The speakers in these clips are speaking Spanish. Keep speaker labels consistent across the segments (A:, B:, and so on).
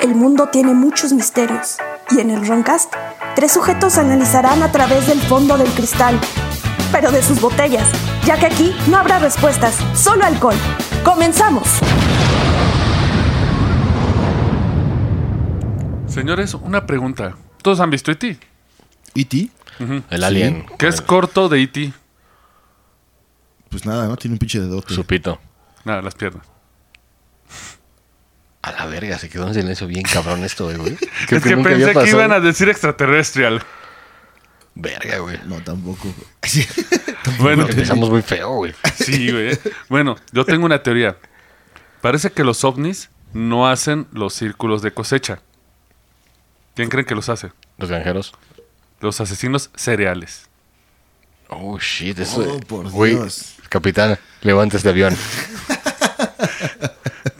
A: El mundo tiene muchos misterios y en el Roncast, tres sujetos analizarán a través del fondo del cristal, pero de sus botellas, ya que aquí no habrá respuestas, solo alcohol. ¡Comenzamos!
B: Señores, una pregunta. ¿Todos han visto E.T.?
C: ¿E.T.?
D: El alien.
B: ¿Qué es corto de E E.T.?
C: Pues nada, ¿no? Tiene un pinche dedote.
D: Supito.
B: Nada, las piernas.
D: A la verga, se quedó en silencio bien cabrón esto, güey, güey.
C: Creo
B: es que,
C: nunca había
B: pensé que
C: pasado.
B: iban a decir extraterrestrial.
D: Verga, güey.
C: No, tampoco. güey.
B: Bueno,
D: Empezamos muy feo, güey.
B: sí, güey. Bueno, yo tengo una teoría. Parece que los ovnis no hacen los círculos de cosecha. ¿Quién creen que los hace?
D: Los granjeros.
B: Los asesinos cereales.
D: Oh, shit, eso.
C: Oh, por
D: güey,
C: Dios.
D: Capitán, levanta este avión.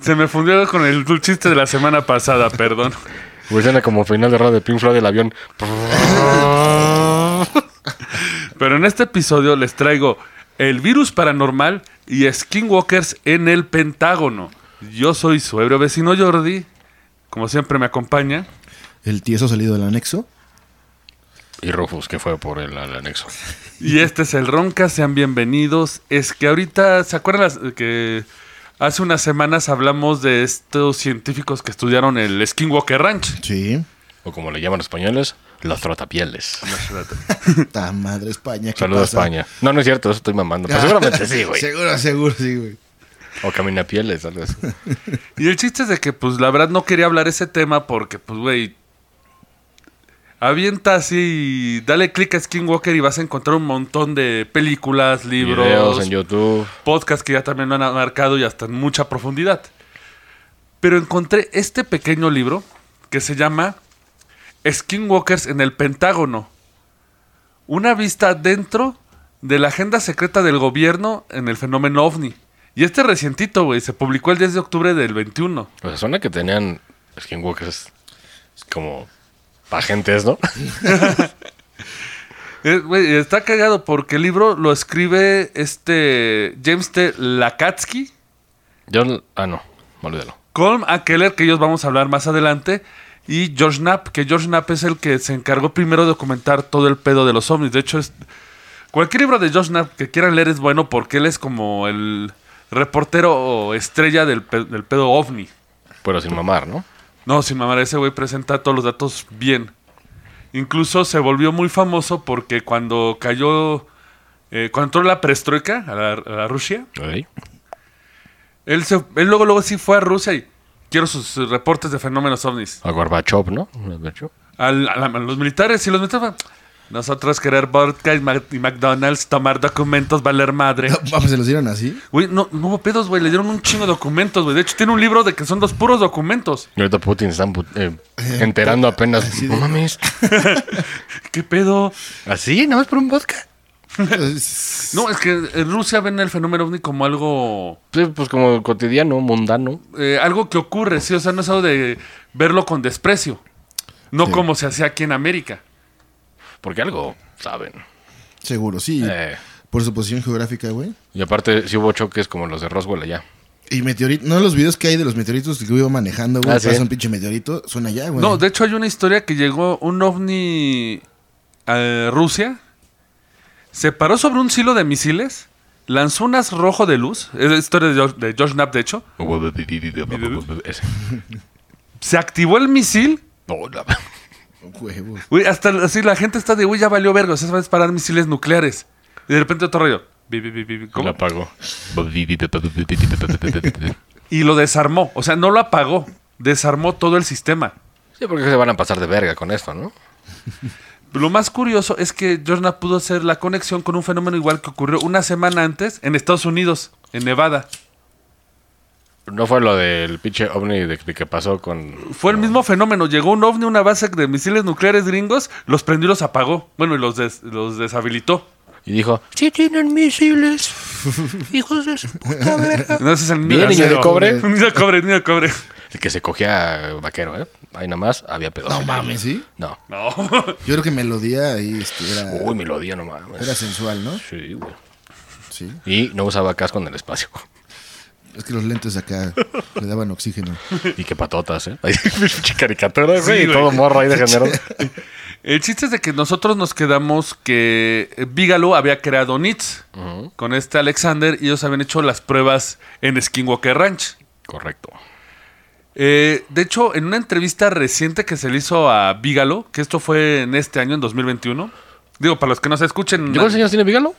B: Se me fundió con el chiste de la semana pasada, perdón.
D: Güey, suena como final de radio de Pink Floyd del avión.
B: Pero en este episodio les traigo el virus paranormal y skinwalkers en el Pentágono. Yo soy su ebrio vecino Jordi. Como siempre me acompaña.
C: El tieso salido del anexo.
D: Y Rufus, que fue por el, al anexo.
B: Y este es el Ronca, sean bienvenidos. Es que ahorita, ¿se acuerdan las- que hace unas semanas hablamos de estos científicos que estudiaron el Skinwalker Ranch?
C: Sí.
D: O como le llaman los españoles, los trotapieles.
C: Ta madre España. ¿qué
D: Saludos
C: pasa?
D: a España. No, no es cierto, eso estoy mamando. Pero seguramente sí, güey.
C: Seguro, seguro, sí, güey.
D: O caminapieles, algo así.
B: Y el chiste es de que, pues, la verdad no quería hablar ese tema porque, pues, güey, avienta así, y dale clic a Skinwalker y vas a encontrar un montón de películas,
D: Videos
B: libros,
D: en YouTube.
B: podcasts que ya también lo han marcado y hasta en mucha profundidad. Pero encontré este pequeño libro que se llama Skinwalkers en el Pentágono. Una vista dentro de la agenda secreta del gobierno en el fenómeno ovni. Y este recientito, güey, se publicó el 10 de octubre del 21.
D: O sea, suena que tenían skinwalkers como agentes, ¿no?
B: Eh, güey, está cagado porque el libro lo escribe este James T. Lakatsky,
D: Yo, ah, no, olvídalo.
B: Colm A. Keller, que ellos vamos a hablar más adelante, y George Knapp, que George Knapp es el que se encargó primero de documentar todo el pedo de los ovnis. De hecho, es, cualquier libro de George Knapp que quieran leer es bueno porque él es como el reportero estrella del, pe- del pedo ovni.
D: Pero sin mamar, ¿no?
B: No, sin mamar, ese güey presenta todos los datos bien. Incluso se volvió muy famoso porque cuando cayó, eh, cuando entró la perestroika a la, a la Rusia,
D: Ok.
B: él, se- él luego, luego sí fue a Rusia y quiero sus, sus reportes de fenómenos ovnis.
D: A Gorbachev, ¿no? Gorbachev.
B: Al- a la- a los militares y los militares, pues, nosotros querer vodka y, Mac- y McDonald's, tomar documentos, valer madre.
C: No, mames, se los dieron así.
B: Güey, no, no hubo pedos, güey, le dieron un chingo de documentos, güey. De hecho, tiene un libro de que son dos puros documentos.
D: Y ahorita Putin se están put- eh, enterando apenas.
C: así de-
D: No mames.
B: ¿Qué pedo?
D: ¿Así? ¿Nada más por un vodka?
B: No, es que en Rusia ven el fenómeno ovni como algo
D: Pues, pues como cotidiano, mundano.
B: eh, algo que ocurre, sí, o sea, no es algo de verlo con desprecio. No
C: Sí.
B: como se hacía aquí en América.
D: Porque algo saben.
C: Seguro, sí.
D: Eh,
C: Por su posición geográfica, güey.
D: y aparte, si hubo choques como los de Roswell allá.
C: Y meteorito. No, los videos que hay de los meteoritos que yo iba manejando, güey.
D: Ah, sí.
C: Pasa un pinche meteorito. Suena ya, güey.
B: No, de hecho hay una historia que llegó un ovni a Rusia, se paró sobre un silo de misiles, lanzó un haz rojo de luz, es la historia de George, de George Knapp, de hecho,
D: Ese.
B: se activó el misil,
D: No, la-
C: Huevos.
B: güey, hasta así la gente está de, uy, ya valió verga, o sea, se van a disparar misiles nucleares. Y de repente otro rayo, bi, bi, bi, bi, bi, ¿cómo?
D: la apagó.
B: y lo desarmó, o sea, no lo apagó, desarmó todo el sistema.
D: Sí, porque se van a pasar de verga con esto, ¿no?
B: Lo más curioso es que Jordan pudo hacer la conexión con un fenómeno igual que ocurrió una semana antes en Estados Unidos, en Nevada.
D: No fue lo del pinche ovni de de que pasó con...
B: Fue el mismo fenómeno. Llegó un ovni, una base de misiles nucleares gringos, los prendió y los apagó. Bueno, y los, des- los deshabilitó.
D: Y dijo, sí tienen misiles, hijos de su puta verga.
B: Entonces el
D: Bien, niño de cobre.
B: Niño de cobre, niño de cobre.
D: El que se cogía eh, vaquero, ¿eh? Ahí nada más había pedo. No
C: Mames, ¿sí?
D: No.
B: No.
C: Yo creo que melodía ahí este, era,
D: Uy, melodía no mames.
C: era sensual, ¿no?
D: Sí, güey.
C: Sí.
D: Y no usaba casco en el espacio.
C: Es que los lentes acá le daban oxígeno.
D: Y qué patotas, ¿eh? Ay, pinche caricatura,
B: Sí,
D: güey. y
B: güey.
D: todo morro ahí de género.
B: El chiste es de que nosotros nos quedamos que Bigelow había creado Nitz con este Alexander y ellos habían hecho las pruebas en Skinwalker Ranch.
D: Correcto.
B: Eh, de hecho, en una entrevista reciente que se le hizo a Bigelow, que esto fue en este año, en 2021, digo, para los que no se escuchen,
D: ¿Yo cuántos años tiene Vigalo?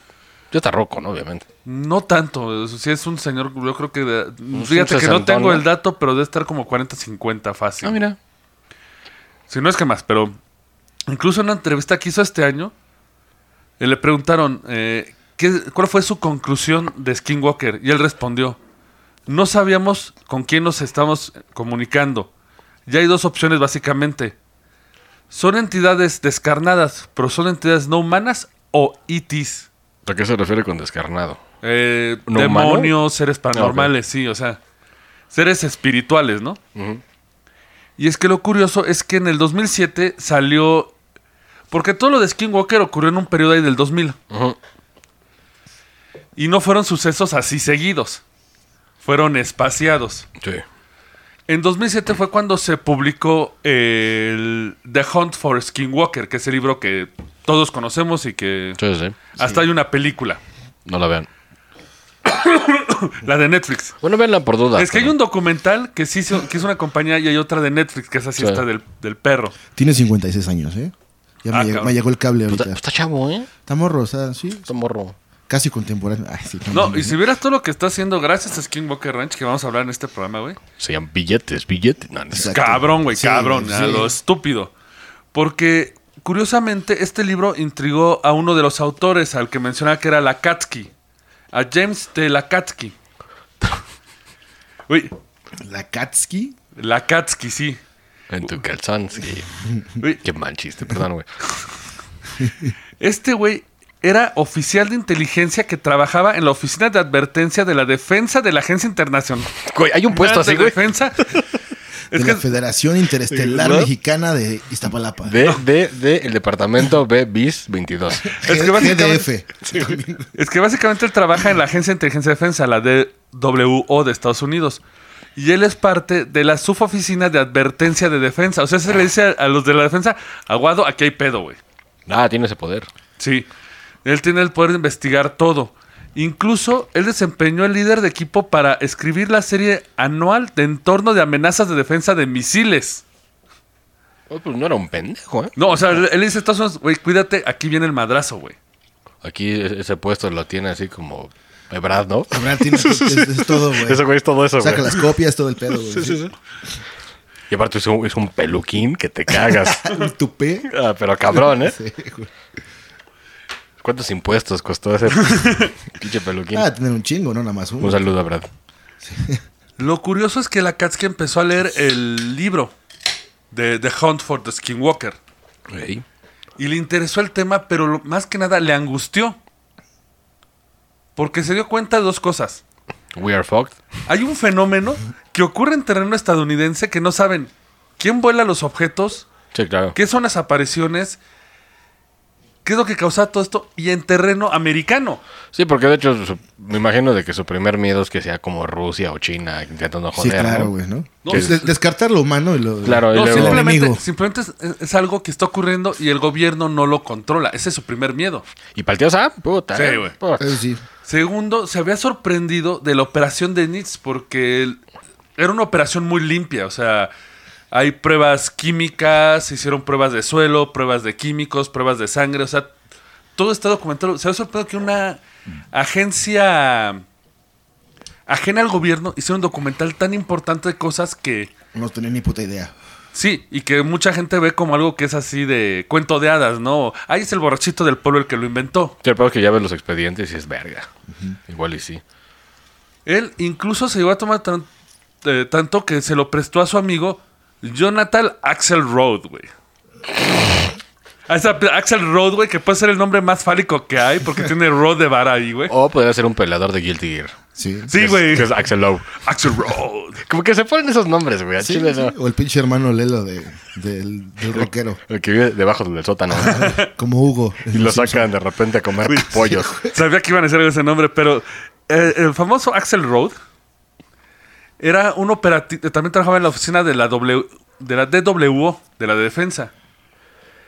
D: Yo está roco, ¿no? Obviamente.
B: no tanto, si es un señor, yo creo que... de- fíjate que no
D: Pues sesentón,
B: tengo
D: ¿no?
B: el dato, pero debe estar como 40, 50 fácil.
D: Ah, mira.
B: Si no es que más, pero incluso en una entrevista que hizo este año, eh, le preguntaron eh, ¿qué- cuál fue su conclusión de Skinwalker y él respondió, no sabíamos con quién nos estamos comunicando. Ya hay dos opciones básicamente. Son entidades descarnadas, pero son entidades no humanas o ETs.
D: ¿A qué se refiere con descarnado?
B: Eh,
D: ¿No humano? Ah,
B: demonios, seres paranormales, sí, o sea, seres espirituales, ¿no?
D: Ujú.
B: Y es que lo curioso es que en el 2007 salió. Porque todo lo de Skinwalker ocurrió en un periodo ahí del 2000.
D: Ujú.
B: Y no fueron sucesos así seguidos. Fueron espaciados.
D: Sí.
B: En 2007 fue cuando se publicó eh, el The Hunt for Skinwalker, que es el libro que todos conocemos y que
D: Sí, sí.
B: hasta hay una película,
D: No la vean.
B: la de Netflix.
D: Bueno, veanla por duda.
B: Es que hay un documental que sí hizo- que es una compañía y hay otra de Netflix, que es así
D: Sí.
B: está del, del perro.
C: Tiene 56 años, ¿eh? Ya me,
B: Ah,
C: llegó-
B: cabrón.
C: me llegó el cable
D: Está,
C: ahorita.
D: está chavo, ¿eh?
C: Está morro, o sea, sí.
D: Está morro.
C: Casi contemporáneo. Ay, sí, ¿eh?
B: No,
C: mames.
B: y si vieras todo lo que está haciendo gracias a Skinwalker Ranch, que vamos a hablar en este programa, güey.
D: Se llaman billetes, billetes. No, no sé.
C: Exacto.
B: Cabrón, güey,
C: Sí,
B: cabrón, a
C: sí.
B: lo estúpido. Porque, curiosamente, este libro intrigó a uno de los autores, al que mencionaba que era Lakatsky, a James de Lakatsky. Güey,
C: La Katsky.
B: Lakatsky, sí.
D: En tu calzón, sí.
B: Güey,
D: Qué mal chiste, perdón, güey.
B: Este güey era oficial de inteligencia que trabajaba en la oficina de advertencia de la defensa de la Agencia Internacional.
D: Güey, hay un
B: de
D: puesto así, güey.
B: defensa.
C: De
B: Es que
C: la Federación Interestelar
D: ¿Verdad?
C: Mexicana de Iztapalapa.
D: De, de, de el departamento B bis 22.
B: es que básicamente-
C: GDF.
B: Es que básicamente él trabaja en la Agencia de Inteligencia y Defensa, la DWO de Estados Unidos. Y él es parte de la suboficina de advertencia de defensa. O sea, se le dice a, a los de la defensa, aguado, aquí hay pedo, güey.
D: Ah, tiene ese poder.
B: Sí. Él tiene el poder de investigar todo. Incluso él desempeñó el líder de equipo para escribir la serie anual de entorno de amenazas de defensa de misiles.
D: Güey, pues no era un pendejo, ¿eh?
B: No, o sea, él él dice a Estados Unidos, güey, cuídate, aquí viene el madrazo, güey.
D: Aquí e- ese puesto lo tiene así como Ebrard, ¿no?
C: Ebrard tiene- es- es todo, güey.
D: Ese güey es todo eso,
C: Saca
D: güey.
C: las copias, todo el pedo, güey.
D: Y aparte es un, es un peluquín que te cagas.
C: Un tupé.
D: Ah, pero cabrón, ¿eh?
C: Sí, güey.
D: ¿Cuántos impuestos costó ese pinche peluquín?
C: Ah, tener un chingo, no nada más uno.
D: un saludo, Ebrard.
B: Lo curioso es que la Katsuki empezó a leer el libro de The Hunt for the Skinwalker.
D: Güey.
B: Y le interesó el tema, pero lo- más que nada le angustió. Porque se dio cuenta de dos cosas.
D: We are fucked.
B: Hay un fenómeno que ocurre en terreno estadounidense que no saben quién vuela los objetos,
D: Sí, claro.
B: qué son las apariciones, qué es lo que causa todo esto, y en terreno americano.
D: Sí, porque de hecho su- me imagino de que su primer miedo es que sea como Rusia o China intentando
C: sí,
D: joder.
C: claro,
D: ¿no?
C: güey, ¿no?
B: No,
C: Pues, de- descartar lo humano y lo.
D: Claro, y
B: No,
D: luego-
C: simple-
B: simplemente,
C: enemigo.
B: simplemente es, es algo que está ocurriendo y el gobierno no lo controla. Ese es su primer miedo.
D: Y palteó, ah, puta.
B: Sí,
D: eh,
B: güey.
D: puta.
C: Eso sí.
B: Segundo, se había sorprendido de la operación de Nitz porque el- era una operación muy limpia, o sea, hay pruebas químicas, se hicieron pruebas de suelo, pruebas de químicos, pruebas de sangre, o sea, todo está documentado. Se había sorprendido que una agencia ajena al gobierno hiciera un documental tan importante de cosas que
C: No tenía ni puta idea.
B: sí, y que mucha gente ve como algo que es así de cuento de hadas, ¿no? Ahí es el borrachito del pueblo el que lo inventó.
D: Sí, el pedo es que ya ves los expedientes y es verga. Igual y sí.
B: Él incluso se llegó a tomar tan- eh, tanto que se lo prestó a su amigo Jonathan Axel Road, güey. A esa pe- Axel Road, güey, que puede ser el nombre más fálico que hay porque tiene Road de vara ahí, güey.
D: O podría ser un peleador de Guilty Gear.
C: Sí.
B: Sí,
D: Oh, Que es-
B: güey.
D: que es Axel Lowe.
B: Axel Road.
D: Como que se ponen esos nombres, güey. a
C: Sí,
D: Chile,
C: sí,
D: no.
C: O el pinche hermano Lelo de, del, del rockero.
D: El que vive debajo del sótano.
C: Como Hugo.
D: y lo sacan de repente a comer pollos.
B: Sabía que iban a ser ese nombre, pero eh, el famoso Axel Road Era un operativo, también trabajaba en la oficina de la, w, de la DWO, de la de defensa.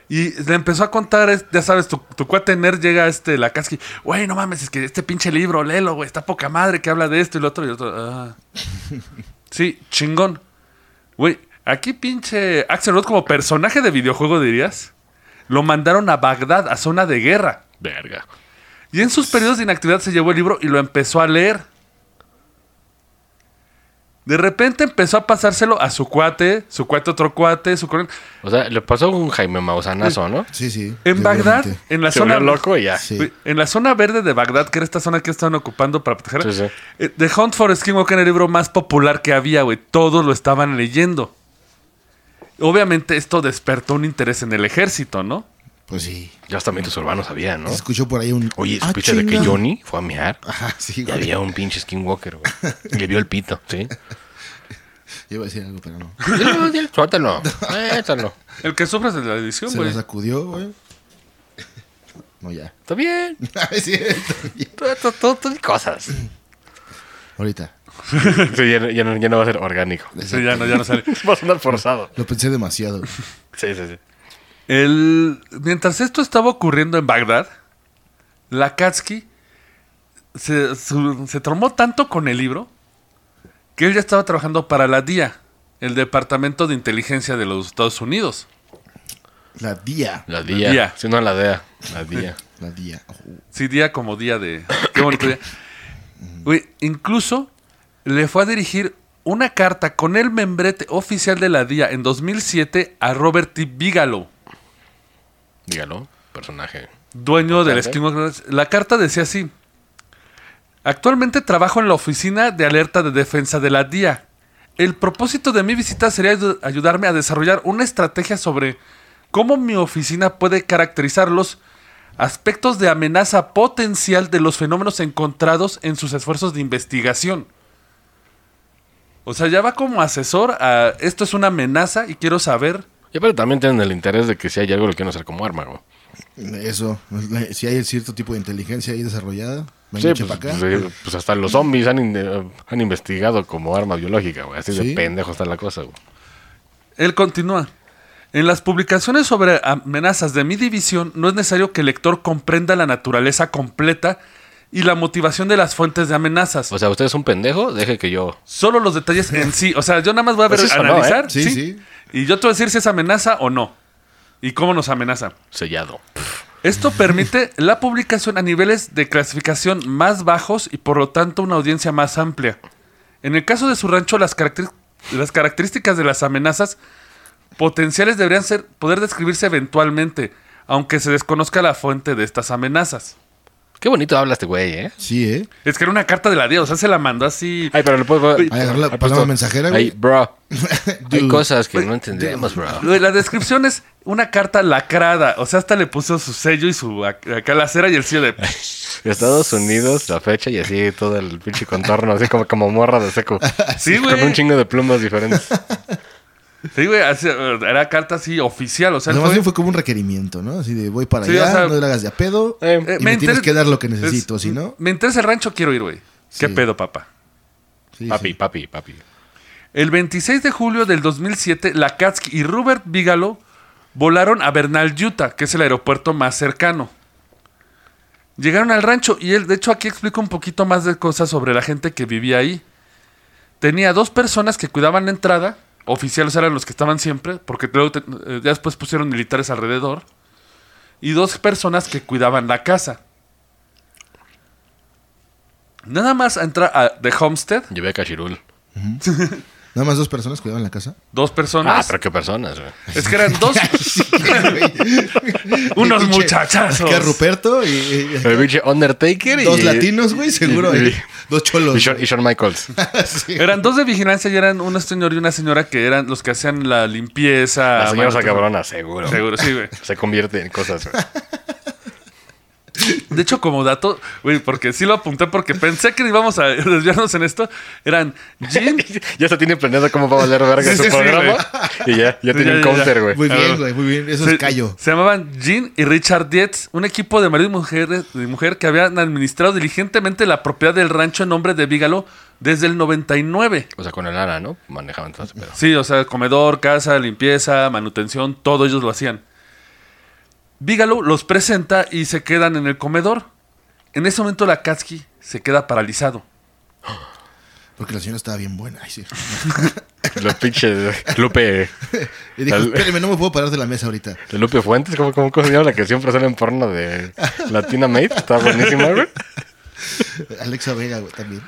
B: Y le empezó a contar, es- ya sabes, tu, tu cuate nerd llega a este, la casqui, güey, no mames, es que este pinche libro, léelo, güey, está poca madre que habla de esto y lo otro y lo otro. "Ah". Sí, chingón. Güey, aquí pinche Axelrod como personaje de videojuego, dirías, lo mandaron a Bagdad, a zona de guerra.
D: Verga.
B: Y en sus periodos de inactividad se llevó el libro y lo empezó a leer. De repente empezó a pasárselo a su cuate, su cuate otro cuate, su coronel.
D: O sea, le pasó un Jaime Mausanazo, ¿no?
C: Sí, sí.
B: En Bagdad,
C: seguramente.
B: en la
D: Se
B: zona
D: volvió loco y ya.
C: Sí.
B: Güey, En la zona verde de Bagdad, que era esta zona que estaban ocupando para proteger.
D: Sí, sí.
B: eh, The Hunt for Skinwalker era el libro más popular que había, güey. Todos lo estaban leyendo. Obviamente esto despertó un interés en el ejército, ¿no?
C: Pues sí.
D: Ya hasta mitos urbanos había, ¿no?
C: Se escuchó por ahí un.
D: Oye,
C: "Ah,
D: escucha de que
C: chinga".
D: Johnny fue a miar
C: Ajá, sí,
D: y
C: güey.
D: había un pinche skinwalker, güey. Y Le vio el pito, ¿sí?
C: Iba a decir algo, pero no.
D: Dilo, dilo, Suéltalo, suéltalo.
B: El que sufre es el de la edición,
C: Se
B: güey.
C: lo sacudió, güey. No, ya.
D: Está bien.
C: Ay, sí, está bien.
D: Todo, todo, todo, todo y cosas.
C: Ahorita.
D: Sí, ya, no- ya no, ya no va a ser orgánico.
B: Sí, ya no, ya no sale.
D: Va a sonar forzado.
C: Lo pensé demasiado.
D: Sí, sí, sí.
B: El- mientras esto estaba ocurriendo en Bagdad, la Katsky se, su- se tromó tanto con el libro que él ya estaba trabajando para la DIA, el Departamento de Inteligencia de los Estados Unidos.
C: La día.
D: La DIA.
B: DIA.
D: Sí, no, la DEA. La DIA.
C: La día. Oh,
B: Sí, día como día de... Qué bonito día. Güey, incluso le fue a dirigir una carta con el membrete oficial de la DIA en 2007 a Robert T. Bigelow.
D: Dígalo. Personaje.
B: dueño del
D: Importante.
B: Skinwalker. La carta decía así. Actualmente trabajo en la oficina de alerta de defensa de la DIA. El propósito de mi visita sería ayu- ayudarme a desarrollar una estrategia sobre cómo mi oficina puede caracterizar los aspectos de amenaza potencial de los fenómenos encontrados en sus esfuerzos de investigación. O sea, ya va como asesor a esto es una amenaza y quiero saber
D: Y aparte también tienen el interés de que si hay algo lo quieren usar como arma, güey.
C: Eso. La- Si hay cierto tipo de inteligencia ahí desarrollada,
D: Sí,
C: venga
D: pues,
C: para acá.
D: pues, sí, pues hasta los zombies han, in- eh, han investigado como arma biológica, güey. Así de
C: Sí.
D: pendejo está la cosa, güey.
B: Él continúa. En las publicaciones sobre amenazas de mi división, no es necesario que el lector comprenda la naturaleza completa y la motivación de las fuentes de amenazas.
D: O sea, usted es un pendejo, deje que yo.
B: Solo los detalles en sí. O sea, yo nada más voy a ver,
D: Pues eso no,
B: analizar.
C: ¿eh? Sí,
B: ¿sí?
C: sí.
B: Y yo te voy a decir si es amenaza o no. Y cómo nos amenaza.
D: Sellado.
B: Esto permite la publicación a niveles de clasificación más bajos y por lo tanto una audiencia más amplia. En el caso de su rancho, las, caracteri- las características de las amenazas potenciales deberían ser, poder describirse eventualmente, aunque se desconozca la fuente de estas amenazas.
D: Qué bonito habla este güey, ¿eh?
C: Sí, ¿eh?
B: Es que era una carta de la DIA, o sea, se la mandó así.
D: Ay, pero le puedo.
C: Ay, agarró la
D: Ay,
C: palabra
D: pues,
C: mensajera, güey.
D: Ay, bro. Hay
C: Dude.
D: cosas que no entendemos, bro.
B: La descripción es una carta lacrada, o sea, hasta le puso su sello y su ac- acá la cera y el sello de...
D: Estados Unidos, la fecha y así todo el pinche contorno, así como, como morra de seco.
B: Sí,
D: Con un
B: güey.
D: chingo de plumas diferentes.
B: Sí, güey, así, era carta así oficial, o sea... él
C: Además,
B: fue-
C: fue como un requerimiento, ¿no? Así de voy para
B: Sí,
C: allá,
B: o sea,
C: no le hagas de a pedo.
D: eh,
B: Eh,
C: y me, tienes
B: interesa-
C: que dar lo que necesito,
B: es-
C: si no.
B: Me interesa el rancho, quiero ir, güey. ¿Qué
C: Sí.
B: pedo, papá?
C: Sí,
D: papi,
C: sí.
D: papi, papi.
B: El 26 de julio del 2007, Lakatsky y Robert Bigelow volaron a Bernal, Utah, que es el aeropuerto más cercano. Llegaron al rancho y él, de hecho, aquí explica un poquito más de cosas sobre la gente que vivía ahí. Tenía dos personas que cuidaban la entrada, oficiales eran los que estaban siempre, porque luego te- eh, ya después pusieron militares alrededor, y dos personas que cuidaban la casa. Nada más entrar a The Homestead,
D: Llevé a Cachirul.
C: Nada más dos personas cuidaban la casa.
B: dos personas.
D: Ah, pero qué personas, güey.
B: Es que eran dos. Unos
C: Pinche-
B: muchachazos.
C: Acá Ruperto y, y- y
D: El pinche Undertaker y.
C: dos latinos, güey, seguro.
D: y-
C: ahí. dos cholos.
D: Y Shawn, y Shawn Michaels.
B: Ah,
C: Sí.
B: Eran dos de vigilancia y eran un señor y una señora que eran los que hacían la limpieza.
D: La señora esa
B: mano-
D: cabrona, seguro.
B: Seguro, sí, güey.
D: Se convierte en cosas, güey.
B: De hecho, como dato, güey, porque sí lo apunté porque pensé que íbamos a desviarnos en esto. Eran Jim.
D: ya se tiene planeado cómo va a valer verga
B: Sí,
D: su
B: sí, sí,
D: programa. y ya, ya
B: Sí,
D: tiene
B: ya,
D: un
B: ya,
D: counter,
B: ya.
D: güey.
C: Muy
B: Claro.
C: bien, güey, muy bien. Eso
B: Se,
C: es callo.
B: se llamaban Jean y Richard Dietz, un equipo de marido y mujer, de mujer que habían administrado diligentemente la propiedad del rancho en nombre de Vígalo desde el 99.
D: O sea, con el ANA, ¿no? Manejaban todo ese pedo.
B: Sí, o sea, comedor, casa, limpieza, manutención, todo ellos lo hacían. Bigelow los presenta y se quedan en el comedor. En ese momento la Katsuki se queda paralizado.
C: Porque la señora estaba bien buena. Ay, sí.
D: Los pinches Lupe,
C: Y dijo,
D: Tal-
C: espéreme, no me puedo parar de la mesa ahorita.
D: Lupe Fuentes, ¿cómo, cómo, cómo se llama la que siempre sale en porno de Latina Mate? Está buenísima, güey.
C: Alexa Vega, güey, también.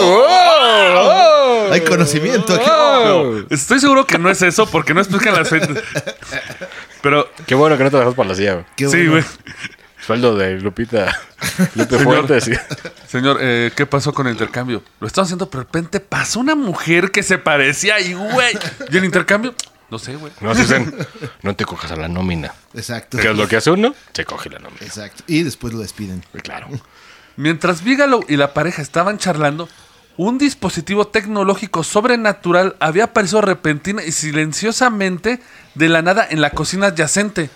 D: Oh, ¡Wow!
C: Hay conocimiento
B: Ah.
C: aquí.
B: Estoy seguro que no es eso porque no explican las fechas. Pero,
D: Qué bueno que no trabajas para la silla, güey.
C: Qué
B: sí,
C: bueno.
B: güey.
D: Sueldo de Lupita. Lupe Fuentes. y-
B: Señor, eh, ¿qué pasó con el intercambio? Lo estaba haciendo, pero de repente pasó una mujer que se parecía y, güey. ¿Y el intercambio? No sé, güey.
D: Nos dicen, no te cojas a la nómina.
C: Exacto.
D: ¿Qué es lo que hace uno? Se coge la nómina.
C: Exacto. Y después lo despiden.
D: Claro.
B: Mientras Bigelow y la pareja estaban charlando, un dispositivo tecnológico sobrenatural había aparecido repentina y silenciosamente de la nada en la cocina adyacente.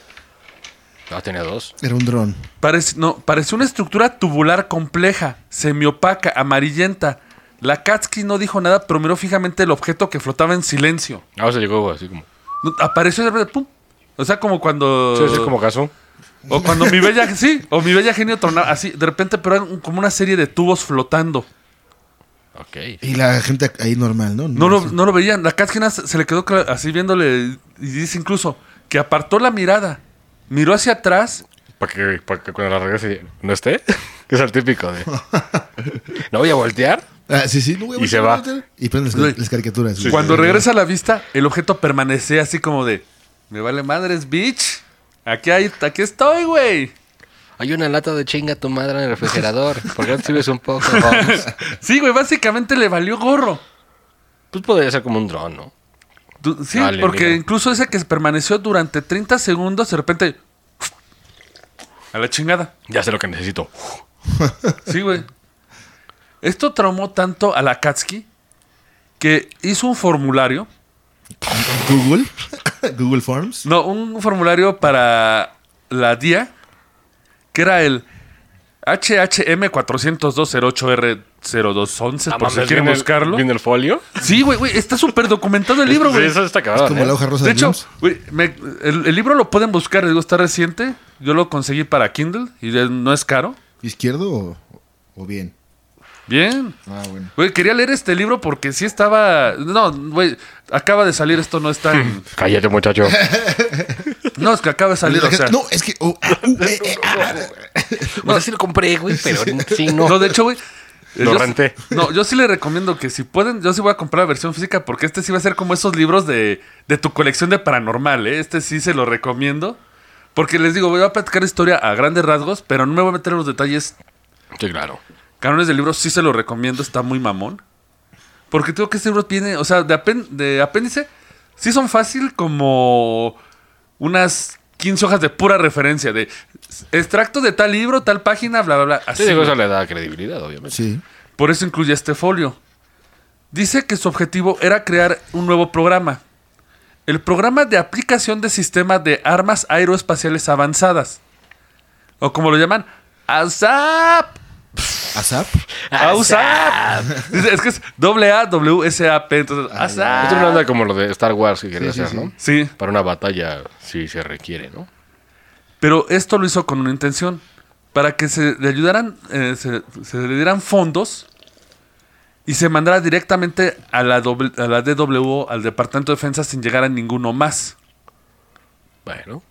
D: No, tenía dos.
C: Era un dron.
B: Parece, no, pareció una estructura tubular compleja, semiopaca, amarillenta. La Katsuki no dijo nada, pero miró fijamente el objeto que flotaba en silencio.
D: Ah, o sea, llegó güey, así como.
B: No, Apareció de repente, pum. O sea, como cuando.
D: Sí, sí, como caso.
B: O cuando mi bella. Sí, o mi bella genio tronaba así, de repente, pero eran como una serie de tubos flotando.
D: Ok.
C: Y la gente ahí normal, ¿no?
B: No lo, no lo veían. La Katskina se se le quedó cla- así viéndole y dice incluso que apartó la mirada, miró hacia atrás.
D: Para que, para que cuando la regrese no esté. Que es el típico de. No voy a voltear.
C: Ah, sí, sí. no, güey,
D: Y se
C: no,
D: va.
C: no, no. Y prenden las, las caricaturas. güey.
B: Cuando regresa a la vista, el objeto permanece así como de, me vale madres, bitch. Aquí, hay, aquí estoy, güey.
D: Hay una lata de chinga tu madre en el refrigerador. ¿Por qué no te subes un poco? Vamos.
B: Sí, güey, básicamente le valió gorro.
D: Pues podría ser como un dron, ¿no?
B: Du- Sí,
D: Dale,
B: porque
D: mira.
B: incluso ese que permaneció durante 30 segundos, de repente... A la chingada.
D: Ya sé lo que necesito.
B: Sí, güey. Esto traumó tanto a la Katsuki que hizo un formulario.
C: Google. Google Forms.
B: No, un formulario para la DIA que era el HHM 40208R0211,
D: Ah,
B: por si
D: mames,
B: quieren
D: ¿viene el-
B: buscarlo.
D: ¿Viene el folio?
B: Sí, güey, güey, está súper documentado el libro,
D: Sí,
B: güey.
D: Eso está ¿eh?
C: Es
D: acabado.
C: como la hoja rosa
B: Ah, ¿eh? De
C: de
B: hecho,
C: James.
B: güey, me- el, el libro lo pueden buscar, digo, está reciente. Yo lo conseguí para Kindle y de- no es caro.
C: ¿Izquierdo o, o bien?
B: Bien.
C: Ah, bueno.
B: Güey, quería leer este libro porque sí estaba. No, güey, acaba de salir, esto no es tan.
D: Cállate, muchacho.
B: No, es que acaba de salir, o sea.
C: No, es que. oh, ah, uh, eh, eh, ah.
D: No sé si lo compré, güey, pero sí,
B: No, de hecho, güey. eh,
D: Lo
B: yo-
D: renté.
B: No, yo sí le recomiendo que si pueden, yo sí voy a comprar la versión física porque este sí va a ser como esos libros de, de tu colección de paranormal, ¿eh? Este sí se lo recomiendo. Porque les digo, voy a platicar historia a grandes rasgos, pero no me voy a meter en los detalles.
D: Sí, claro.
B: Canones del libro sí se lo recomiendo, está muy mamón. Porque tengo que este libro tiene, o sea, de, apen- de apéndice, sí son fácil como unas 15 hojas de pura referencia, de extracto de tal libro, tal página, bla, bla, bla.
D: Sí,
B: Así,
D: digo,
B: güey.
D: eso le da credibilidad, obviamente.
C: Sí.
B: Por eso incluye este folio. Dice que su objetivo era crear un nuevo programa. El programa de aplicación de sistema de armas aeroespaciales avanzadas. O como lo llaman, ASAP.
C: ASAP.
B: ASAP. Dice, Es que es doble A, W, S, A, P. Entonces,
D: Esto no
B: ASAP.
D: anda como lo de Star Wars que quería
C: Sí, sí,
D: hacer,
C: sí.
D: ¿no?
B: Sí,
D: Para una batalla, si se requiere, ¿no?
B: pero esto lo hizo con una intención. Para que se le ayudaran, eh, se, se le dieran fondos y se mandara directamente a la, doble- a la DW, al Departamento de Defensa, sin llegar a ninguno más.
D: Bueno.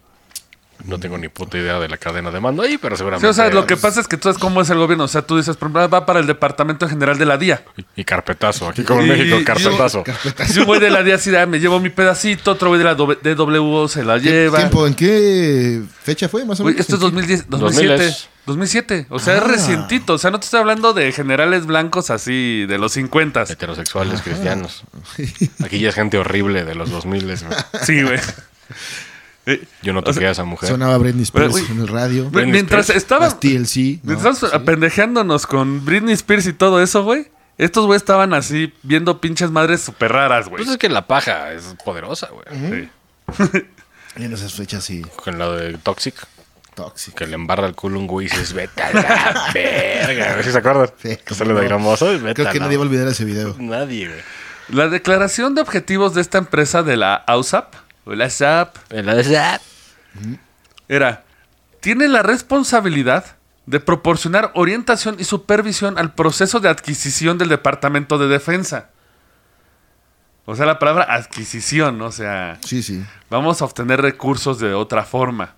D: No tengo ni puta idea de la cadena de mando ahí, pero seguramente.
B: Sí, o sea, lo que pasa es que tú sabes cómo es el gobierno. O sea, tú dices, por ejemplo, va para el Departamento General de la DIA.
D: Y carpetazo, aquí como en
B: Y-
D: México,
B: y-
D: carpetazo.
B: Si un güey de la DIA sí, ah, me llevo mi pedacito, otro güey de la do- DW se la lleva.
C: ¿Tiempo? ¿En qué fecha fue, más o
B: Güey,
C: menos?
B: esto es
C: ¿En qué-
B: 2010, 2007.
D: 2000.
B: 2007. O sea, es
C: Ah.
B: recientito. O sea, no te estoy hablando de generales blancos así de los 50.
D: Heterosexuales, cristianos. Aquí ya es gente horrible de los 2000. güey.
B: Sí, güey. Eh,
D: Yo no toqué a esa mujer.
C: Sonaba Britney Spears
B: Güey, güey.
C: en el radio.
B: güey, mientras
D: Spears,
B: estaba,
C: Las TLC. ¿no?
B: mientras estabas apendejeándonos con Britney Spears y todo eso, güey. Estos güey estaban así viendo pinches madres súper raras, güey.
D: Pues es que la paja es poderosa, güey.
B: Sí.
C: En esas fechas, sí.
D: Con la de Toxic.
C: Tóxico.
D: Que le embarra el culo un güey y dices, vete a la verga. güey. ¿Sí se acuerdan?
C: Sí,
D: que
C: cómo
D: sale de
C: no.
D: gramoso y vete
C: Creo
D: a
C: que
D: la-
C: nadie va a olvidar ese video.
D: Nadie, güey.
B: La declaración de objetivos de esta empresa de la AUSAP, o la ASAP,
D: En la de esa-
B: era, tiene la responsabilidad de proporcionar orientación y supervisión al proceso de adquisición del Departamento de Defensa. O sea, la palabra adquisición, o sea,
C: Sí, sí.
B: vamos a obtener recursos de otra forma.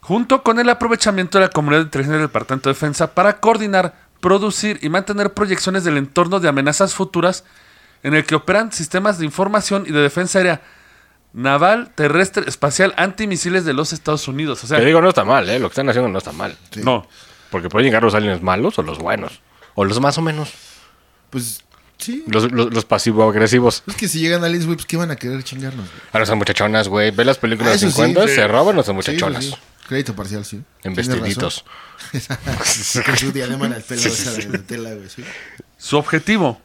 B: Junto con el aprovechamiento de la comunidad de inteligencia del Departamento de Defensa para coordinar, producir y mantener proyecciones del entorno de amenazas futuras en el que operan sistemas de información y de defensa aérea naval, terrestre, espacial, antimisiles de los Estados Unidos. O sea,
D: Te digo, no está mal, ¿eh? Lo que están haciendo no está mal.
C: Sí.
B: no.
D: Porque pueden llegar los aliens malos o los buenos. O los más o menos.
C: Pues sí.
D: Los, los, los pasivo-agresivos.
C: Es que si llegan aliens, güey, pues ¿qué van a querer chingarnos? güey?
D: A nuestras muchachonas, güey. Ve las películas
C: Ah,
D: de
C: eso sí,
D: 50,
C: sí.
D: se roban a
C: Sí,
D: nuestras
C: pues
D: muchachonas.
C: sí, sí. Crédito parcial, sí.
D: En
C: Tienes
D: vestiditos.
C: razón. Con su diadema en el pelo, esa de tela, güey. sí.
B: Su objetivo.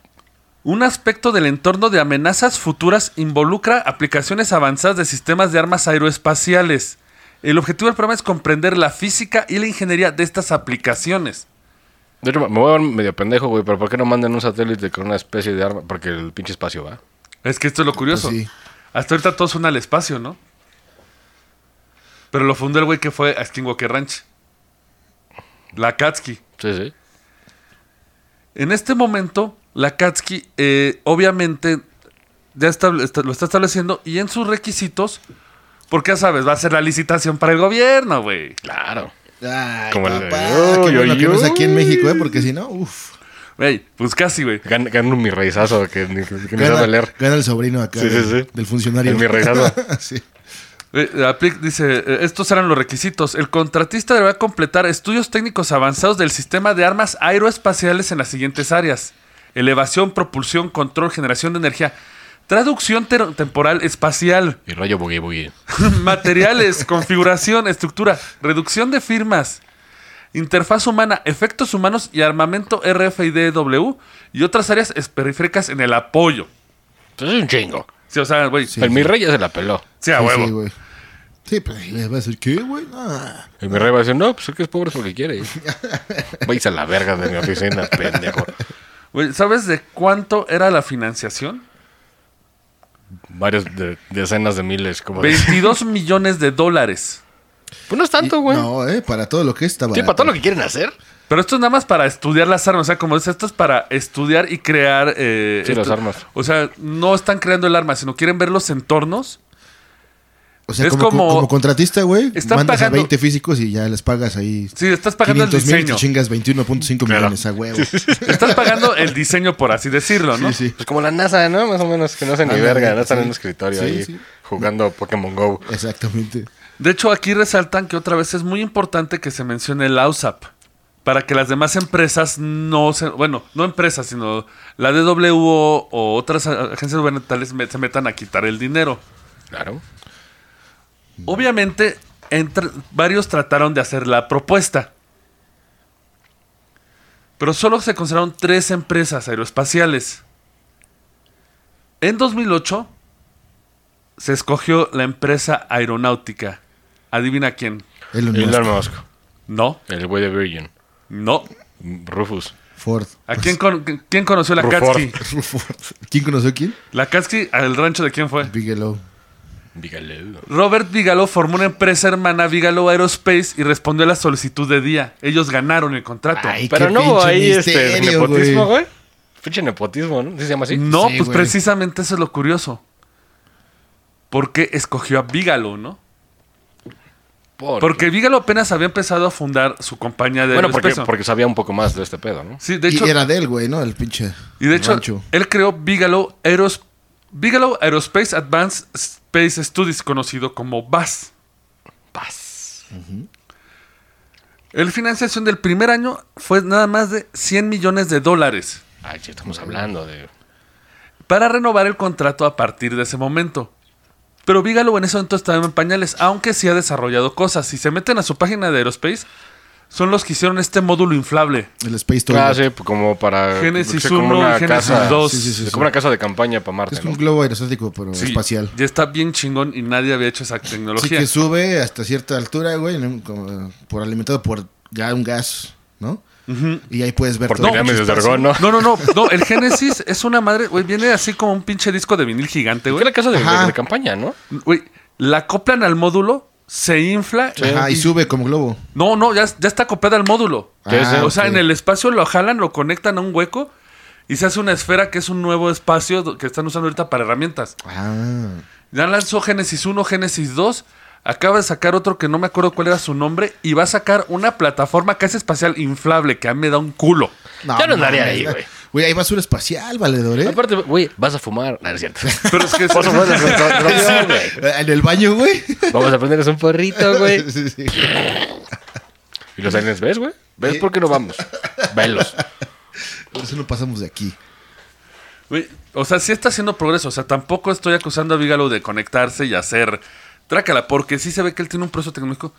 B: Un aspecto del entorno de amenazas futuras involucra aplicaciones avanzadas de sistemas de armas aeroespaciales. El objetivo del programa es comprender la física y la ingeniería de estas aplicaciones.
D: De hecho, me voy a ver medio pendejo, güey. Pero ¿por qué no mandan un satélite con una especie de arma? Porque el pinche espacio va.
B: Es que esto es lo curioso.
C: Pues sí.
B: Hasta ahorita todo suena al espacio, ¿no? Pero lo fundó el güey que fue a Skinwalker Ranch. La Katsky.
D: Sí, sí.
B: En este momento, la Katsky eh, obviamente ya estable- está- lo está estableciendo y en sus requisitos, porque ya sabes, va a ser la licitación para el gobierno, güey.
D: Claro.
C: Ay,
D: Como el de,
C: papá,
D: uy,
C: qué bueno
D: uy,
C: que no es aquí en
D: uy.
C: México, ¿eh? Porque si no, uff.
B: Güey, pues casi, güey.
D: Gan- Gano un mi reizazo que ni, que ni sabe
C: Gana,
D: leer.
C: gana el sobrino acá
D: Sí, sí,
C: del-
D: sí.
C: del funcionario.
D: El mi reizazo.
C: sí.
B: Eh, apli- dice, eh, estos eran los requisitos. El contratista deberá completar estudios técnicos avanzados del sistema de armas aeroespaciales en las siguientes áreas. Elevación, propulsión, control, generación de energía. Traducción ter- temporal espacial.
D: Y rollo boogie boogie.
B: Materiales, configuración, estructura, reducción de firmas, interfaz humana, efectos humanos y armamento RFIDW y otras áreas periféricas en el apoyo.
D: Pues es un chingo.
B: Sí, o sea, güey.
D: el mi rey ya se la peló.
B: Sí, a
C: Sí,
B: huevo.
C: Sí, güey. Sí, pues ahí les va a decir, ¿qué, güey? Ah,
D: El mi rey va a decir, no, pues el que es pobre es porque quiere. Vais a la verga de mi oficina, pendejo.
B: Güey, ¿Sabes de cuánto era la financiación?
D: Varias de- decenas de miles. Como de-
B: 22 millones de dólares.
D: Pues no es tanto, güey.
C: No, ¿eh? Para todo lo que está
D: Sí, para todo lo que quieren hacer.
B: Pero esto es nada más para estudiar las armas. O sea, como dice, esto es para estudiar y crear. eh,
D: Sí, las
B: esto-
D: armas.
B: O sea, no están creando el arma, sino quieren ver los entornos.
C: O sea,
B: Es
C: como,
B: como-
C: como contratista, güey,
B: Están
C: mandas
B: pagando-
C: a 20 físicos y ya les pagas ahí.
B: Sí, estás pagando el
C: 500 mil y te
B: diseño.
C: chingas 21.5 millones a huevo.
B: Estás pagando el diseño, por así decirlo, ¿no?
C: Sí, sí.
D: Pues como la NASA, ¿no? Más o menos, que no hacen ni
C: Ándale,
D: verga. No están en
C: sí.
D: un escritorio
C: Sí,
D: ahí
C: sí.
D: jugando Pokémon Go.
C: Exactamente.
B: De hecho, aquí resaltan que otra vez es muy importante que se mencione el AUSAP para que las demás empresas no se, bueno, no empresas, sino la DWO o otras a- agencias gubernamentales me- se metan a quitar el dinero.
D: Claro.
B: Obviamente, entre- varios trataron de hacer la propuesta. Pero solo se consideraron tres empresas aeroespaciales. En 2008 se escogió la empresa aeronáutica. Adivina quién.
C: Elon Musk,
D: Elon Musk.
B: No,
D: El güey de Virgin.
B: no.
D: Rufus.
C: Ford.
B: ¿A quién, con- quién conoció la
D: Rufort.
B: Katsky?
C: Ford. ¿Quién conoció a quién?
B: La Katsky, ¿al rancho de quién fue?
C: Bigelow.
D: Bigaleo.
B: Robert Bigelow formó una empresa hermana Bigelow Aerospace y respondió a la solicitud de día. Ellos ganaron el contrato.
C: Ay,
D: Pero
C: qué
D: no hubo
C: pinche
D: ahí este
C: misterio,
D: nepotismo,
C: güey.
D: güey. Pinche nepotismo, ¿no? ¿Sí se llama así?
B: No,
C: Sí,
B: pues
C: güey.
B: precisamente eso es lo curioso. ¿Por qué escogió a Bígalo, no?
D: Por-
B: Porque Bígalo apenas había empezado a fundar su compañía de
D: Bueno, porque,
B: aerospace.
D: porque sabía un poco más de este pedo, ¿no?
B: Sí, de hecho,
C: y era de él, güey, ¿no? El pinche.
B: y de hecho
C: rancho.
B: él creó Bígalo Aeros- Bigelow Aerospace Advanced Space Studies, conocido como BAS.
D: Paz.
B: El financiación del primer año fue nada más de 100 millones de dólares
D: Ay, sí, estamos hablando de...
B: para renovar el contrato a partir de ese momento. Pero Bigalow en ese momento estaba en pañales, aunque sí ha desarrollado cosas. Si se meten a su página de Aerospace, son los que hicieron este módulo inflable.
C: El Space Toy.
D: Ah, sí, pues como para.
B: Génesis
D: sí, pues, como
B: 1
D: una
B: y Génesis
D: casa-
B: 2.
C: Sí, sí, sí, sí.
D: Como una casa de campaña para Marte,
C: Es
D: ¿no?
C: un globo aerostático, pero
B: Sí,
C: espacial.
B: Ya está bien chingón y nadie había hecho esa
C: Sí,
B: tecnología.
C: que sube hasta cierta altura, güey, en un- como, por alimentado por ya un gas, ¿no? Y ahí puedes ver
D: Por
C: todo el
D: pirámides de
C: pinche
D: Argón, ¿no?
B: No, no, no, no. El Génesis es una madre, güey. Viene así como un pinche disco de vinil gigante,
D: Fue
B: güey.
D: la casa de,
C: Ajá.
D: de- de campaña, ¿no?
B: Güey, la acoplan al módulo, se infla.
C: espacio. Ajá, y sube como globo.
B: No, no, ya, ya está acoplada al módulo.
D: Sí, sí.
B: o sea,
C: ok.
B: en el espacio lo jalan, lo conectan a un hueco y se hace una esfera que es un nuevo espacio do- que están usando ahorita para herramientas.
C: Ah,
B: Ya lanzó Génesis 1, Génesis 2. Acaba de sacar otro que no me acuerdo cuál era su nombre y va a sacar una plataforma casi espacial inflable que a mí me da un culo.
D: Ya no andaría
C: mames,
D: ahí,
C: la-
D: güey.
C: Güey, hay basura espacial, valedor, ¿eh?
D: Aparte, güey, vas a fumar. No, no es cierto.
B: Pero es que
D: Vas a fumar dentro del avión, güey.
C: En el baño, güey.
D: Vamos a prendernos un porrito, güey.
C: Sí, sí.
D: Y los aliens, ¿ves, güey? ¿Ves por qué no vamos? Velos.
C: Por eso no pasamos de aquí.
B: Güey, o sea, sí está haciendo progreso. O sea, tampoco estoy acusando a Vigalo de conectarse y hacer trácala, porque sí se ve que él tiene un proceso tecnológico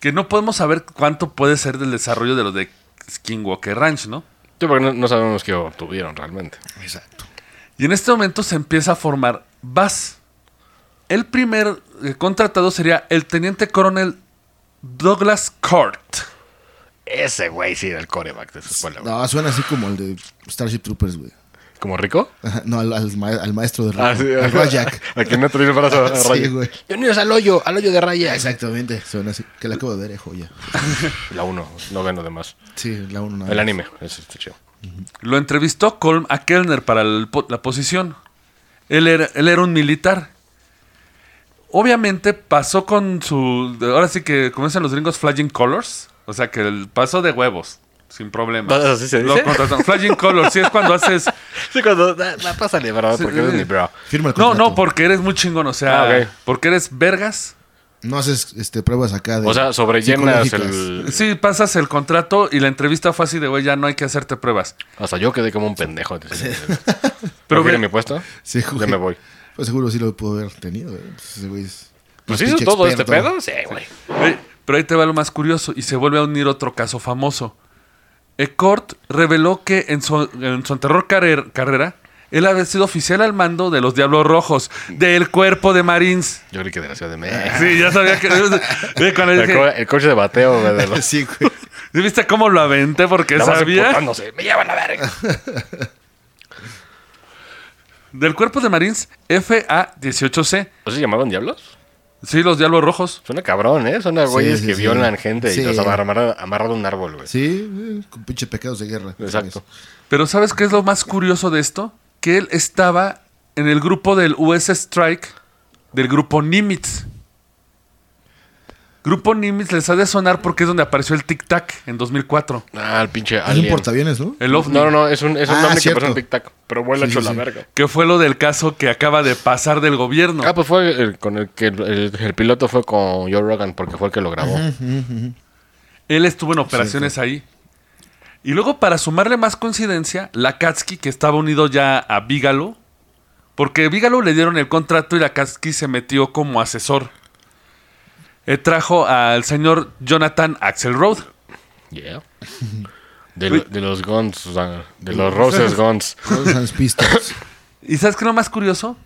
B: que no podemos saber cuánto puede ser del desarrollo de los de Skinwalker Ranch, ¿no?
D: Yo porque no, no sabemos qué obtuvieron realmente.
C: Exacto.
B: Y en este momento se empieza a formar VAS. El primer eh, contratado sería el teniente coronel Douglas Cort.
D: Ese güey sí era el coreback de su escuela, güey.
C: No, suena así como el de Starship Troopers, güey.
D: ¿Como rico?
C: Ajá, No, al, al ma- al maestro de
D: Ah, sí.
C: al Rajak.
D: A quien no traía el brazo a
C: Sí,
D: raya.
C: güey.
D: Bienvenidos al hoyo, al hoyo de raya.
C: Exactamente, suena así. Que la acabo de ver, eh, joya.
D: La 1, noveno de más.
C: Ah, Sí, la uno. nada
D: El
C: más.
D: anime, eso está chido.
B: Lo entrevistó Colm a Kellner para el po- la posición. Él era, él era un militar. Obviamente pasó con su. Ahora sí que, como dicen los gringos, flying colors. O sea que el pasó de huevos, sin problema.
D: Ah, ¿Así se
B: Lo
D: dice?
B: contrataron. Flying colors, sí, es cuando haces.
D: Sí, cuando. da- da- pásale, bro, porque eres mi bro.
C: Firma el
B: No,
C: contrato.
B: no, porque eres muy chingón, o sea,
D: Ah, ok.
B: porque eres vergas.
C: No haces este, pruebas acá de.
D: O sea, sobrellenas
C: psicológicas.
D: el.
B: Sí, pasas el contrato y la entrevista fue así de, güey, ya no hay que hacerte pruebas.
D: Hasta yo quedé como un pendejo.
B: Pero
D: Pero mire
B: ve-
D: mi puesto.
C: Sí,
D: Ya
C: güey.
D: me voy.
C: Pues seguro sí lo pudo haber tenido, güey. Pues ese güey es
D: Pues
C: un
D: hizo
C: pinche
D: todo este
C: experto.
D: pedo. Sí, güey.
B: Güey, pero ahí te va lo más curioso y se vuelve a unir otro caso famoso. Ecort reveló que en su, en su anterior carrer- carrera, él había sido oficial al mando de los Diablos Rojos, del cuerpo de Marines.
D: Yo creí que de la Ciudad de México.
B: Sí, ya sabía que... Eh, cuando
D: El, co-
B: dije,
D: el coche de bateo, güey. De los...
C: Sí, güey.
B: ¿Sí ¿Viste cómo lo aventé? Porque
D: Nada más
B: sabía...
D: emputándose, Me llevan a la verga.
B: Del cuerpo de Marines FA-18C.
D: ¿No se llamaban diablos?
B: Sí, los Diablos Rojos.
D: Suena cabrón, ¿eh? Suena güeyes
C: sí,
D: que
C: sí.
D: violan gente
C: Sí.
D: y los amarran amarrado a un árbol, güey.
C: Sí, güey, con pinches pecados de guerra.
D: Exacto.
B: Pero ¿sabes qué es lo más curioso de esto? Que él estaba en el grupo del US Strike, del grupo Nimitz. Grupo Nimitz les ha de sonar porque es donde apareció el Tic Tac en 2004.
D: Ah, el pinche
C: Es un
D: alien.
C: portaaviones, ¿no?
B: El OVNI,
D: No, no, no, es un, es un
C: Ah,
D: nombre que
C: cierto.
D: pasa en Tic Tac, pero vuela
C: Sí,
D: hecho
C: sí,
D: la
C: sí.
D: verga.
B: que fue lo del caso que acaba de pasar del gobierno.
D: Ah, pues fue el- con el que el, el- el piloto fue con Joe Rogan porque fue el que lo grabó.
B: Él estuvo en operaciones ahí. Y luego, para sumarle más coincidencia, Lakatsky, que estaba unido ya a Vígalo, porque Vígalo le dieron el contrato y Lakatsky se metió como asesor. Eh, trajo al señor Jonathan Axelrod.
D: Yeah. De, lo- de los Guns, o sea, de los Roses Guns.
C: Todos son pistas.
B: ¿Y sabes qué es lo más curioso?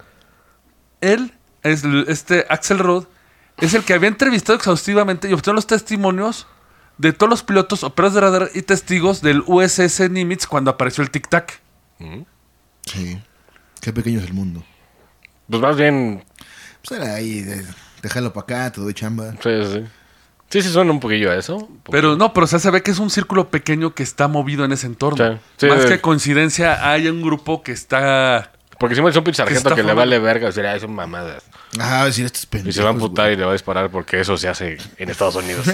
B: Él, es, l- este Axelrod, es el que había entrevistado exhaustivamente y obtuvo los testimonios de todos los pilotos, operadores de radar y testigos del USS Nimitz cuando apareció el Tic Tac.
C: Sí. Qué pequeño es el mundo.
D: Pues más bien,
C: Pues era ahí, de, déjalo para acá, te doy chamba.
D: sí, pues, sí. Sí, sí suena un poquillo a eso.
B: Pero no, pero o sea, se ve que es un círculo pequeño que está movido en ese entorno.
D: Sí, sí,
B: Más
D: sí.
B: que coincidencia, hay un grupo que está.
D: Porque siempre es un pinche sargento
B: está
D: que le
B: formando.
D: vale verga, o sea, "Ay, son mamadas.
C: Ah, decir, estos
D: Y
C: pendejos.
D: se va a amputar
C: güey.
D: y le va a disparar porque eso se hace en Estados Unidos.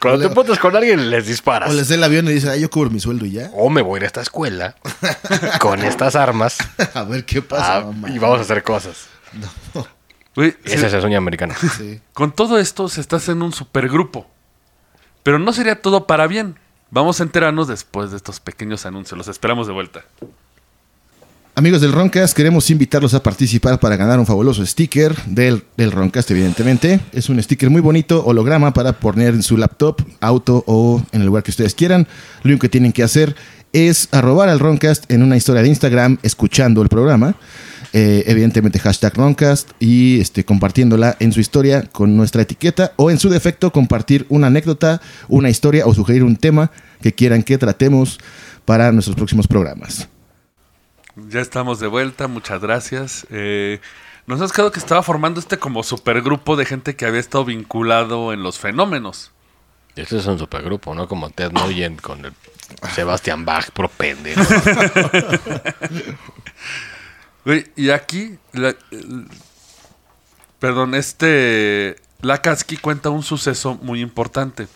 D: Cuando te emputas con alguien, les disparas.
C: O
D: O,
C: les dé el avión y dice, ah, yo cubro mi sueldo y ya.
D: me voy a ir a esta escuela con estas armas
C: A ver qué pasa,
D: ah,
C: mamá.
D: y vamos a hacer cosas.
B: güey, se-
D: Ese es el sueño americano.
C: Sí.
B: con todo esto se está haciendo un supergrupo. Pero no sería todo para bien. Vamos a enterarnos después de estos pequeños anuncios. Los esperamos de vuelta.
C: Amigos del Roncast, queremos invitarlos a participar para ganar un fabuloso sticker del, del Roncast, evidentemente. Es un sticker muy bonito, holograma para poner en su laptop, auto o en el lugar que ustedes quieran. Lo único que tienen que hacer es arrobar al Roncast en una historia de Instagram escuchando el programa. Eh, evidentemente hashtag Roncast y este, compartiéndola en su historia con nuestra etiqueta o en su defecto compartir una anécdota, una historia o sugerir un tema que quieran que tratemos para nuestros próximos programas.
B: Ya estamos de vuelta, muchas gracias. Eh, nos has quedado que estaba formando este como supergrupo de gente que había estado vinculado en los fenómenos.
D: Este es un supergrupo, ¿no? Como Ted Nugent con el Sebastian Bach, pro pendejo.
B: Güey, y aquí, la- el- perdón, este, Lakatsky cuenta un suceso muy importante.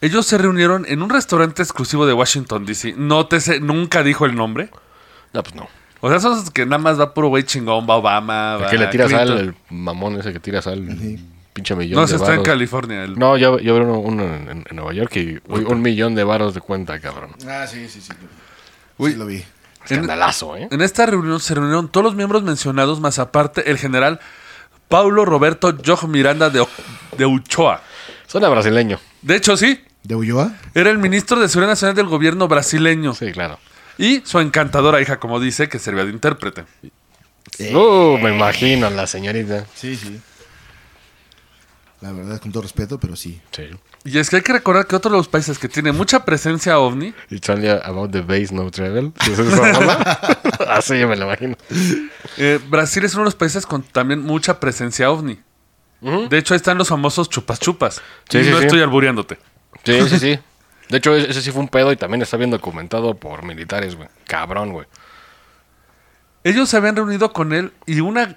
B: Ellos se reunieron en un restaurante exclusivo de Washington, D.C. No te sé, nunca dijo el nombre.
D: No, pues no.
B: O sea, esos que nada más va puro güey chingón, va Obama, va
D: El que le tira
B: Clinton.
D: sal, el mamón ese que tira sal, pinche millón
B: No,
D: de
B: se está en
D: varos.
B: California. el-
D: No, yo, yo vi uno, uno en, en- en Nueva York y uy, un millón de varos de cuenta, cabrón.
C: Ah, sí, sí, sí.
B: Uy.
C: lo vi.
B: en,
D: Escandalazo, ¿eh?
B: en esta reunión se reunieron todos los miembros mencionados, más aparte el general Paulo Roberto Jog Miranda de, O- de Uchoa.
D: Suena brasileño.
B: De hecho, sí,
C: ¿De Ulloa?
B: Era el ministro de Seguridad Nacional del gobierno brasileño.
D: Sí, claro.
B: Y su encantadora hija, como dice, que servía de intérprete.
D: Uh, me imagino, la señorita.
C: Sí, sí. La verdad, con todo respeto, pero sí.
D: Sí.
B: Y es que hay que recordar que otro de los países que tiene mucha presencia ovni,
D: It's only about the base, no travel. ¿Es esa mamá? Así yo me lo imagino.
B: eh, Brasil es uno de los países con también mucha presencia ovni.
D: Ujú.
B: De hecho, ahí están los famosos chupas chupas.
D: Sí,
B: Y
D: sí,
B: no
D: sí.
B: estoy albureándote.
D: Sí, sí, sí. De hecho, ese sí fue un pedo y también está bien documentado por militares, güey. Cabrón, güey.
B: Ellos se habían reunido con él y una,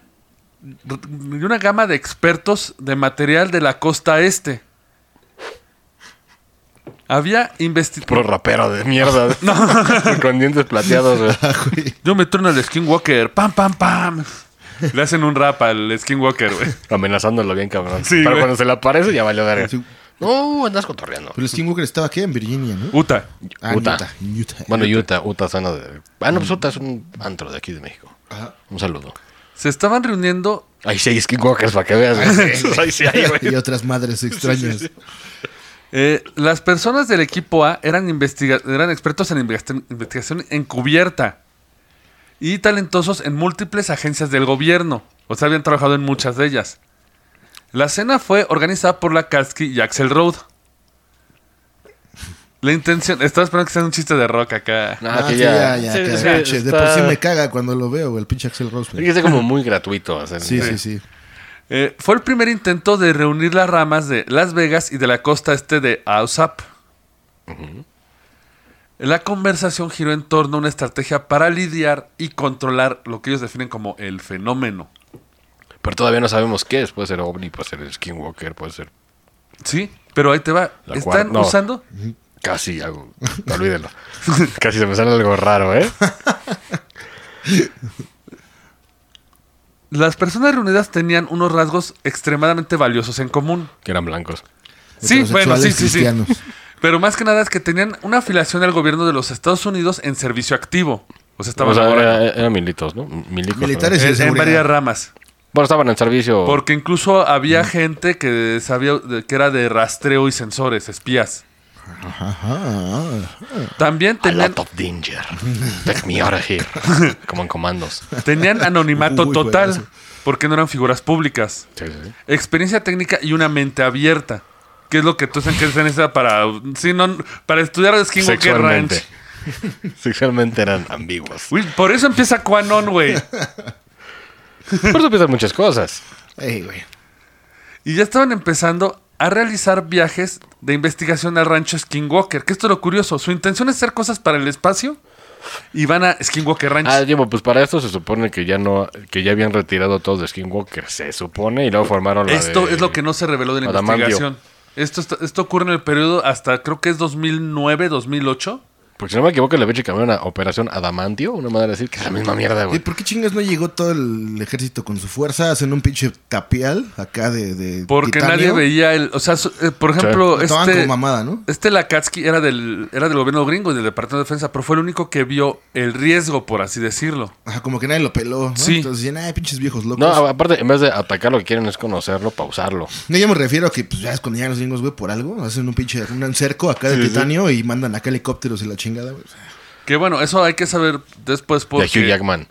B: y una gama de expertos de material de la costa este. Había investigado.
D: Puro rapero de mierda. Con dientes plateados, güey.
B: Yo me turno al Skinwalker. Pam, pam, pam. Le hacen un rap al Skinwalker, güey.
D: Amenazándolo bien, cabrón.
B: Sí,
D: Pero
B: güey.
D: cuando se le aparece, ya valió verga.
C: Sí.
D: No, andas cotorreando.
C: Pero el Skinwalker estaba aquí en Virginia, ¿no?
B: Uta.
C: Ah, en
D: Utah.
C: Utah. en Utah.
D: Bueno, Utah, Utah zona de. Ah, no, pues Utah es un antro de aquí de México.
C: Ajá.
D: Un saludo.
B: Se estaban reuniendo.
D: Ahí sí hay skinwalkers para que veas, güey. Ahí sí hay, güey.
C: Y otras madres extrañas.
B: eh, las personas del equipo A eran, investiga- eran expertos en investi- investigación encubierta y talentosos en múltiples agencias del gobierno. O sea, habían trabajado en muchas de ellas. La cena fue organizada por la Kasky y Axel Road. La intención. Estaba esperando que sea un chiste de rock acá.
C: Ah,
D: que
C: sí, ya, ya,
D: sí,
C: que
D: sí,
C: pinche, De por
D: está-
C: sí me caga cuando lo veo, güey, el pinche Axel Rose.
D: Es
C: güey.
D: que está como muy gratuito. o sea,
C: Sí, sí, sí.
B: Eh, fue el primer intento de reunir las ramas de Las Vegas y de la costa este de AUSAP. La conversación giró en torno a una estrategia para lidiar y controlar lo que ellos definen como el fenómeno.
D: Pero todavía no sabemos qué es. Puede ser ovni, puede ser skinwalker, puede ser
B: ¿Sí? Pero ahí te va.
D: La
B: Están
D: cuar- no.
B: usando.
D: casi algo. Olvídelo. casi se me sale algo raro, ¿eh?
B: Las personas reunidas tenían unos rasgos extremadamente valiosos en común.
D: Que eran blancos.
B: Sí, bueno, sí,
C: Heterosexuales
B: sí, sí.
C: cristianos.
B: Pero más que nada es que tenían una afiliación al gobierno de los Estados Unidos en servicio activo. O sea, estaban
D: o sea,
B: laborando
D: era- eran militos, ¿no? Milicos. ¿no?
C: Militares.
B: en- en
C: seguridad.
B: varias ramas.
D: Bueno, estaban en servicio.
B: Porque incluso había gente que sabía de- que era de rastreo y sensores, espías.
C: Ajá, ajá, ajá.
B: También
D: A
B: tenían,
D: lot of danger. Take me out of here. Como en comandos.
B: tenían anonimato
C: Uy,
B: total,
C: buenazo.
B: porque no eran figuras públicas.
D: Sí, sí, sí.
B: Experiencia técnica y una mente abierta. Que es lo que tú sabes que se necesita para, sí, no, para estudiar Skinwalker Ranch.
D: Sexualmente. Sexualmente eran ambiguos.
B: Uy, por eso empieza Quanon, güey.
D: Por eso piensan muchas cosas.
C: Ey, güey.
D: Ah,
B: Y ya estaban empezando a realizar viajes de investigación al rancho Skinwalker. Que esto es lo curioso. Su intención es hacer cosas para el espacio y van a Skinwalker Ranch.
D: Ah, Diego, pues para esto se supone que ya no, que ya habían retirado todos de Skinwalker, se supone, y luego formaron la
B: Esto
D: de-
B: es lo que no se reveló de la
D: Adamantio.
B: investigación. Esto, está- esto ocurre en el periodo hasta creo que es 2009, 2008.
D: Porque si no me equivoco, le pinche cambiaron a Operación Adamantio, una madre decir que es la misma mierda,
C: ¿Y
D: güey.
C: por qué chingas no llegó todo el ejército con su fuerza? Hacen un pinche tapial acá de. de
B: Porque
C: titanio.
B: nadie veía el. O sea, su- eh, por ejemplo,
C: Lo tomaban
B: este.
C: como mamada, ¿no?
B: Este Lakatsky era del, era del gobierno gringo y del Departamento de Defensa, pero fue el único que vio el riesgo, por así decirlo.
C: Ajá, como que nadie lo peló. ¿no?
B: Sí.
C: Entonces dicen, ay, pinches viejos locos.
D: No,
C: No,
D: aparte, en vez de atacar, lo que quieren es conocerlo, pausarlo.
C: yo me refiero a que, pues ya es cuando llegan los gringos, güey, por algo. Hacen un pinche. Un cerco acá de
D: Sí, sí.
C: titanio y mandan acá helicópteros y la chingada, güey.
B: Que bueno, eso hay que saber después
D: De Hugh
B: porque
D: Jackman.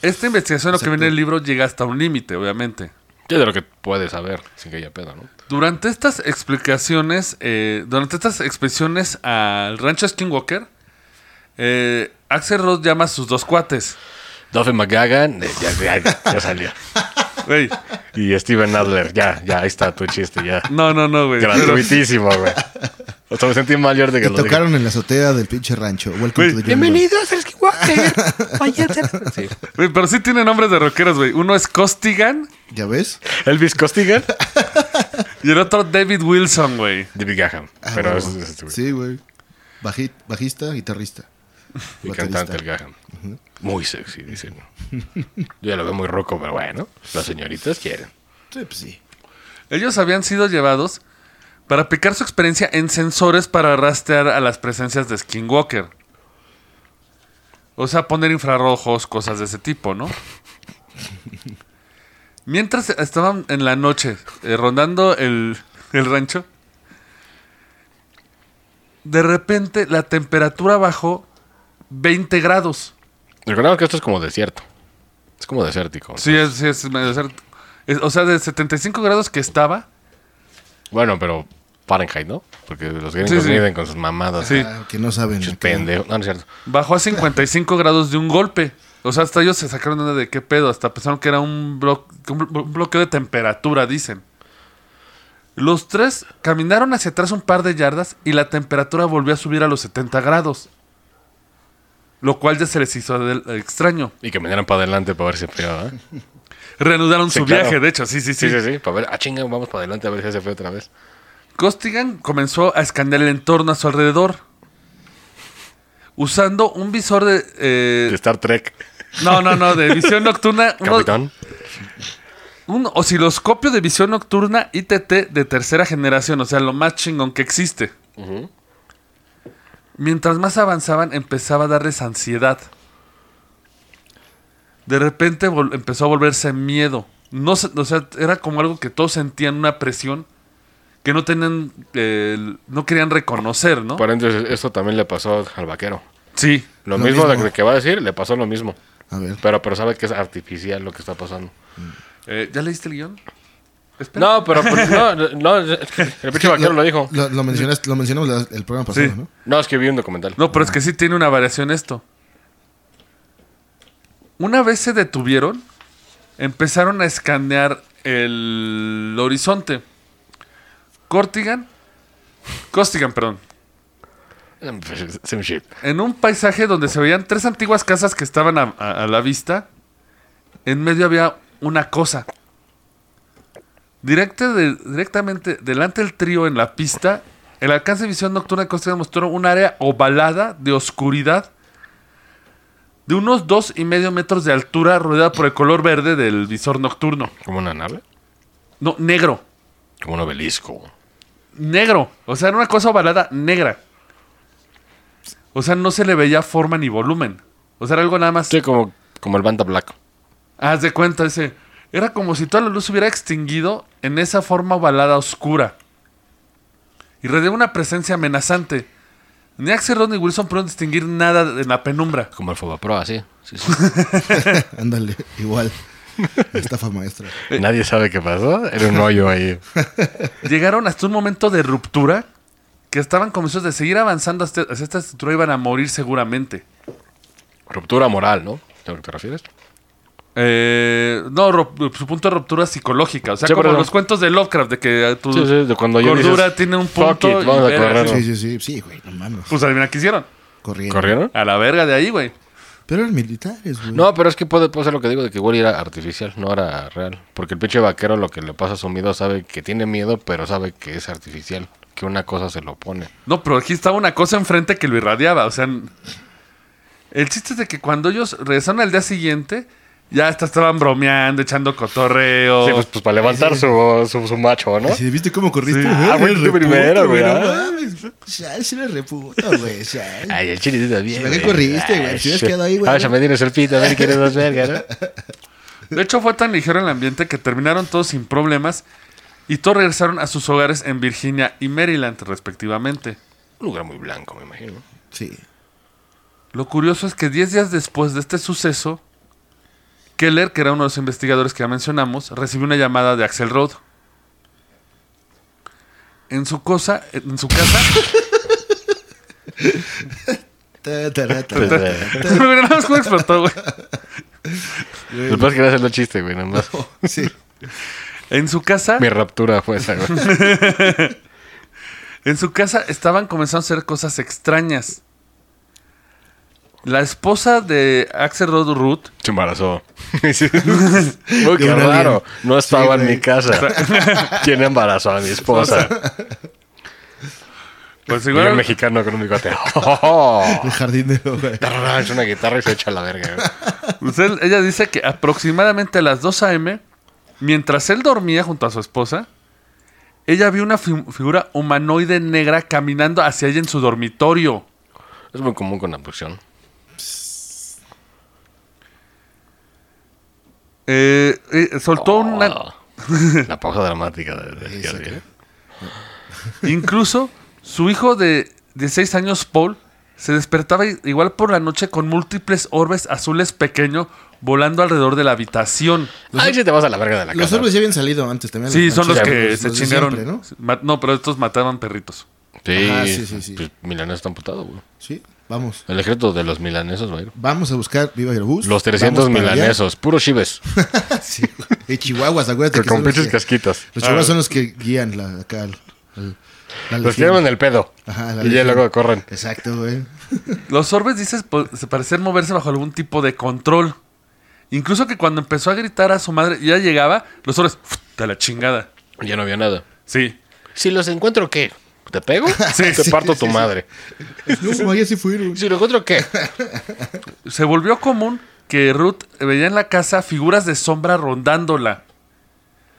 B: esta investigación, lo que viene en el libro, llega hasta un límite, obviamente.
D: Yo de lo que puede saber, sin que haya pedo, ¿no?
B: Durante estas explicaciones, eh, durante estas expediciones al rancho Skinwalker, eh, Axel Ross llama a sus dos cuates.
D: Duffy McGagan, eh, ya, ya- ya salió.
B: Güey,
D: Y Steven Adler, ya, ya, ahí está tu chiste, ya.
B: no, no, no, güey. Pero-
D: Gratuitísimo, güey. O sea, me sentí mal yo de que
C: Que
D: lo dije.
C: tocaron en la azotea del pinche rancho. Welcome to the jungle.
D: Bienvenidos al Skinwalker. Váyanse. Sí.
B: Güey, pero sí tiene nombres de rockeros, güey. Uno es Costigan
C: ¿Ya ves?
D: Elvis Costigan.
B: y el otro David Wilson, güey.
D: David Gaham.
C: Ah,
D: pero
C: huevo.
D: es, es este, güey.
C: Sí, güey. Baji- bajista, guitarrista.
D: Y
C: baterista.
D: cantante el Gaham. Muy sexy, dicen. Yo ya lo veo muy roco, pero bueno. Las señoritas quieren.
C: Sí, pues sí.
B: Ellos habían sido llevados para aplicar su experiencia en sensores para rastrear a las presencias de Skinwalker. O sea, poner infrarrojos, cosas de ese tipo, ¿no? Mientras estaban en la noche eh, rondando el, el rancho, de repente la temperatura bajó 20 grados.
D: Recordemos que esto es como desierto. Es como desértico.
B: Sí, es, sí, es medio cer- es- O sea, de 75 grados que estaba,
D: Bueno, pero Fahrenheit, ¿no? Porque los gringos
B: Sí, sí.
D: miden con sus mamadas.
B: Sí.
C: Ah, que no saben.
D: Muchos
C: acá.
D: pendejos. No, no es cierto.
B: Bajó a 55 grados de un golpe. O sea, hasta ellos se sacaron de onda de qué pedo. Hasta pensaron que era un, blo- un blo- un bloqueo de temperatura, dicen. Los tres caminaron hacia atrás un par de yardas y la temperatura volvió a subir a los 70 grados. Lo cual ya se les hizo del- extraño.
D: Y que vinieran para adelante para ver si frío, ¿eh?
B: Reanudaron
D: Sí,
B: su
D: claro.
B: viaje, de hecho, sí, sí, sí.
D: Sí, sí, sí. Para ver, ah, chinga, vamos para adelante a ver si hace frío otra vez.
B: Costigan comenzó a escanear el entorno a su alrededor. Usando un visor de... eh,
D: De Star Trek,
B: no, no, no, de visión nocturna. uno-
D: capitán.
B: Un osciloscopio de visión nocturna ITT de tercera generación, o sea, lo más chingón que existe. Mientras más avanzaban, empezaba a darles ansiedad. De repente vol- empezó a volverse miedo. No, se- o sea, era como algo que todos sentían una presión que no tenían, eh, no querían reconocer, ¿no?
D: Paréntesis, esto también le pasó al vaquero.
B: Sí.
D: Lo,
C: Lo
D: mismo, de
C: mismo.
D: que- que va a decir, le pasó lo mismo.
C: A ver.
D: Pero, pero sabe que es artificial lo que está pasando.
B: Eh, ¿Ya leíste el guión? Espera.
D: No, pero, pero- no, no, es que el pinche vaquero lo dijo.
C: Lo, lo mencionaste- lo mencionamos la- el programa pasado,
B: Sí.
C: ¿no?
D: No, es que vi un documental.
B: No, pero es que sí tiene una variación esto. Una vez se detuvieron, empezaron a escanear el horizonte. Cortigan, Costigan, perdón,
D: Same shit.
B: en un paisaje donde se veían tres antiguas casas que estaban a, a- a la vista, en medio había una cosa. Directa de- directamente delante del trío en la pista, el alcance de visión nocturna de Costa mostró un área ovalada de oscuridad de unos dos y medio metros de altura, rodeada por el color verde del visor nocturno.
D: ¿Como una nave?
B: No, negro.
D: Como un obelisco.
B: Negro. O sea, era una cosa ovalada negra. O sea, no se le veía forma ni volumen. O sea, era algo nada más.
D: Sí, como, como el Banta Black.
B: Haz de cuenta, ese. Era como si toda la luz se hubiera extinguido en esa forma ovalada oscura. Y rodeaba una presencia amenazante. Ni Axel Ross ni Wilson pudieron distinguir nada en la penumbra.
D: Como el Fobapro, así.
C: Ándale, igual. Estafa maestra.
D: Nadie sabe qué pasó. Era un hoyo ahí.
B: Llegaron hasta un momento de ruptura que estaban convencidos de seguir avanzando hasta- hacia esta estructura iban a morir seguramente.
D: Ruptura moral, ¿no? ¿A lo que te refieres?
B: Eh, no, ru- su punto de ruptura psicológica. O sea,
D: Sí,
B: como
D: pero-
B: los cuentos de Lovecraft, de que eh, tu
D: Sí, sí, de cuando yo
B: cordura
D: dices,
B: tiene un
D: "Fuck
B: punto.
D: it, vamos
B: y
D: a
B: verga,
D: correr.
B: sí.
C: Sí, sí, sí. Sí, güey, no mames.
B: Pues adivina qué hicieron.
C: Corriendo.
D: ¿Corrieron?
B: A la verga de ahí, güey.
C: Pero eran militares, güey.
D: No, pero es que puede, puede ser lo que digo de que igual era artificial, no era real. Porque el pinche vaquero lo que le pasa a su miedo sabe que tiene miedo, pero sabe que es artificial. que una cosa se lo pone.
B: No, pero aquí estaba una cosa enfrente que lo irradiaba. O sea, n- el chiste es de que cuando ellos regresaron al día siguiente, ya hasta estaban bromeando, echando cotorreo.
D: Sí, pues, pues para levantar su, su, su macho, ¿no?
C: Así de, ¿Viste cómo corriste?
B: Sí.
D: Ah, güey, tú
C: Reputo,
D: primero, güey,
C: No
D: ¿no?
C: mames. Chal, sí me reputo, güey. chal.
D: Ay, el chile está bien.
C: Se ve que corriste, güey. Si hubieras quedado ahí, güey.
D: Ah, ya me tienes el pito, a ver quién es más verga, ¿no? pues.
B: De hecho, fue tan ligero el ambiente que terminaron todos sin problemas y todos regresaron a sus hogares en Virginia y Maryland, respectivamente.
D: Un lugar muy blanco, me imagino.
C: Sí.
B: Lo curioso es que 10 días después de este suceso, Keller, que era uno de los investigadores que ya mencionamos, recibió una llamada de Axel Rod. En su cosa, en su casa,
C: Ta, ta, ra, ta,
D: Pues,
C: ra.
D: eh,
B: Pero mira, nada más cómo explotó, güey.
D: Lo que pasa es que era hacerlo chiste, güey, nada más.
C: Sí.
B: En su casa,
D: Mi raptura fue esa, güey.
B: en su casa estaban comenzando a hacer cosas extrañas. La esposa de Axel Rod Ruth
D: Se embarazó. Uy,
C: De
D: qué
C: un
D: raro.
C: alien.
D: No estaba
C: Sí,
D: en
C: güey.
D: mi casa. ¿Quién embarazó a mi esposa?
B: Pues
D: Y un
B: igual,
D: mexicano con un bigote. Oh,
C: El jardinero, güey.
D: es una guitarra y se echa a la verga. güey.
B: pues él- ella dice que aproximadamente a las 2 a.m., mientras él dormía junto a su esposa, ella vio una fi- figura humanoide negra caminando hacia ella en su dormitorio.
D: Es muy común con la abducción.
B: Eh, eh, soltó una...
D: Oh, La pausa dramática de, de-
C: Sí, sí,
D: de-
B: Incluso su hijo de 16 años, Paul, se despertaba i- igual por la noche con múltiples orbes azules pequeños volando alrededor de la habitación.
D: Ay, si te vas a la verga de la
C: Los
D: casa.
C: hombres ya habían salido antes también.
B: Sí, son los
D: sí,
B: que
C: los
B: se
C: de
B: chingaron.
C: siempre, ¿no?
B: Ma- ¿no? pero estos mataban perritos.
D: Sí,
C: Ajá, sí, sí, sí.
D: Pues, Milanés está amputado, güey.
C: Sí, vamos.
D: El ejército de los milanesos, güey.
C: Vamos a buscar Viva Aerobús.
D: Los 300
C: Vamos para allá.
D: milanesos, puros chives.
C: Sí, güey. Y Chihuahuas, acuérdate.
D: Que
C: que son
D: con
C: los
D: pinches
C: que-
D: casquitas. Ah.
C: Los chihuahuas son los que guían la, acá. el- el- la
D: Los
C: legión.
D: tiran en el pedo.
C: Ajá, la
D: y ya
C: legión.
D: luego corren.
C: Exacto, güey.
B: Los orbes, dices, po- se parecían moverse bajo algún tipo de control. Incluso que cuando empezó a gritar a su madre y ya llegaba, los orbes, ¡fuf! de la chingada.
D: Ya no había nada.
B: Sí.
D: Si los encuentro, ¿qué? ¿Te pego? te
C: sí,
D: parto
C: sí,
D: tu
C: sí.
D: madre.
C: No, vaya si fueron.
D: Si lo encuentro, ¿qué?
B: Se volvió común que Ruth veía en la casa figuras de sombra rondándola.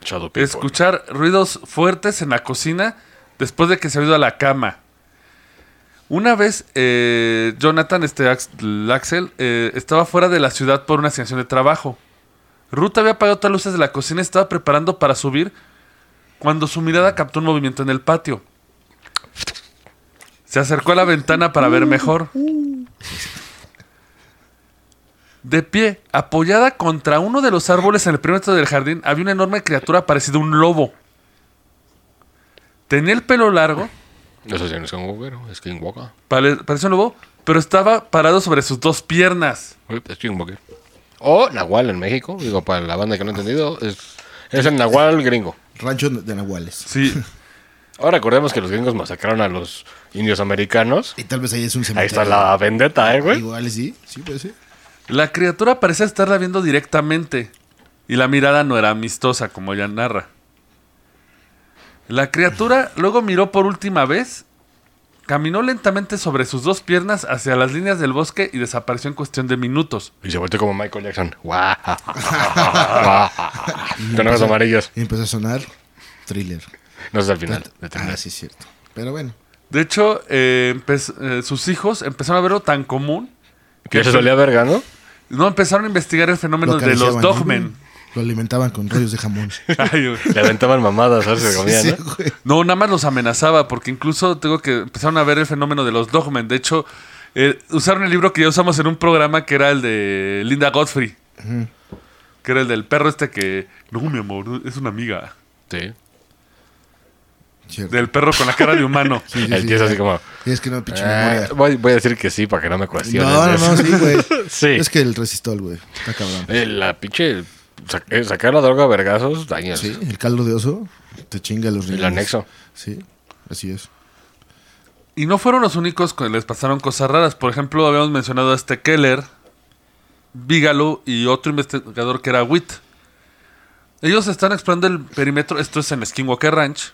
D: Shadow people.
B: escuchar ruidos fuertes en la cocina después de que se había ido a la cama. Una vez eh, Jonathan, este Ax- el Axel, eh, estaba fuera de la ciudad por una asignación de trabajo. Ruth había apagado todas las luces de la cocina y estaba preparando para subir cuando su mirada captó un movimiento en el patio. Se acercó a la ventana para ver mejor. De pie, apoyada contra uno de los árboles en el perímetro del jardín, había una enorme criatura parecida a un lobo. Tenía el pelo largo,
D: Eso sí, no es Skinwalker. ¿no? Skinwalker.
B: pare- parecía un lobo, pero estaba parado sobre sus dos piernas.
D: Uy, Skinwalker. O Nahual en México. Digo, para la banda que no ha entendido, es, es el Nahual gringo.
C: Rancho de Nahuales.
B: Sí,
D: Ahora recordemos que los gringos masacraron a los indios americanos.
C: Y tal vez ahí es un
D: Ahí
C: cementerio.
D: está la vendetta, ¿eh, güey?
C: Igual sí, sí puede ser.
B: la criatura parecía estarla viendo directamente y la mirada no era amistosa, como ella narra. La criatura luego miró por última vez, caminó lentamente sobre sus dos piernas hacia las líneas del bosque y desapareció en cuestión de minutos.
D: Y se volteó como Michael Jackson. Guau. Guau. Con ojos amarillos.
C: Y empezó a sonar thriller.
D: No es al final.
C: Ah, sí, es cierto. Pero bueno.
B: De hecho, eh, empe- eh, sus hijos empezaron a verlo tan común
D: Que se solía verga, ¿no?
B: no empezaron a investigar el fenómeno de los
C: acariciaban.
B: dogmen.
C: Lo alimentaban con rollos de jamón.
B: Ay, güey.
D: Le aventaban mamadas, ¿sabes? Se comía,
C: Sí,
D: ¿no?
C: güey.
B: no, nada más los amenazaba, porque incluso tengo que empezaron a ver el fenómeno de los dogmen. De hecho, eh, usaron el libro que ya usamos en un programa que era el de Linda Godfrey. Que era el del perro este que. No, mi amor, no, es una amiga.
D: Sí.
C: Cierto.
B: Del perro con la cara de humano.
C: Sí, sí,
D: El
C: sí,
D: tío es
C: ya.
D: así como,
C: Y es que no, pinche
D: Ah,
C: memoria.
D: voy, voy a decir que sí para que no me cuestiones.
C: No, no, no, sí, güey.
D: Sí.
C: Es que el resistol, güey. Está cabrón.
D: Eh, La pinche. sa- eh, sacar la droga a vergazos, daños.
C: Sí, el caldo de oso te chinga los riñones.
D: anexo.
C: Sí, así es.
B: Y no fueron los únicos que les pasaron cosas raras. Por ejemplo, habíamos mencionado a este Keller, Bigelow y otro investigador que era Witt. Ellos están explorando el perímetro, esto es en Skinwalker Ranch.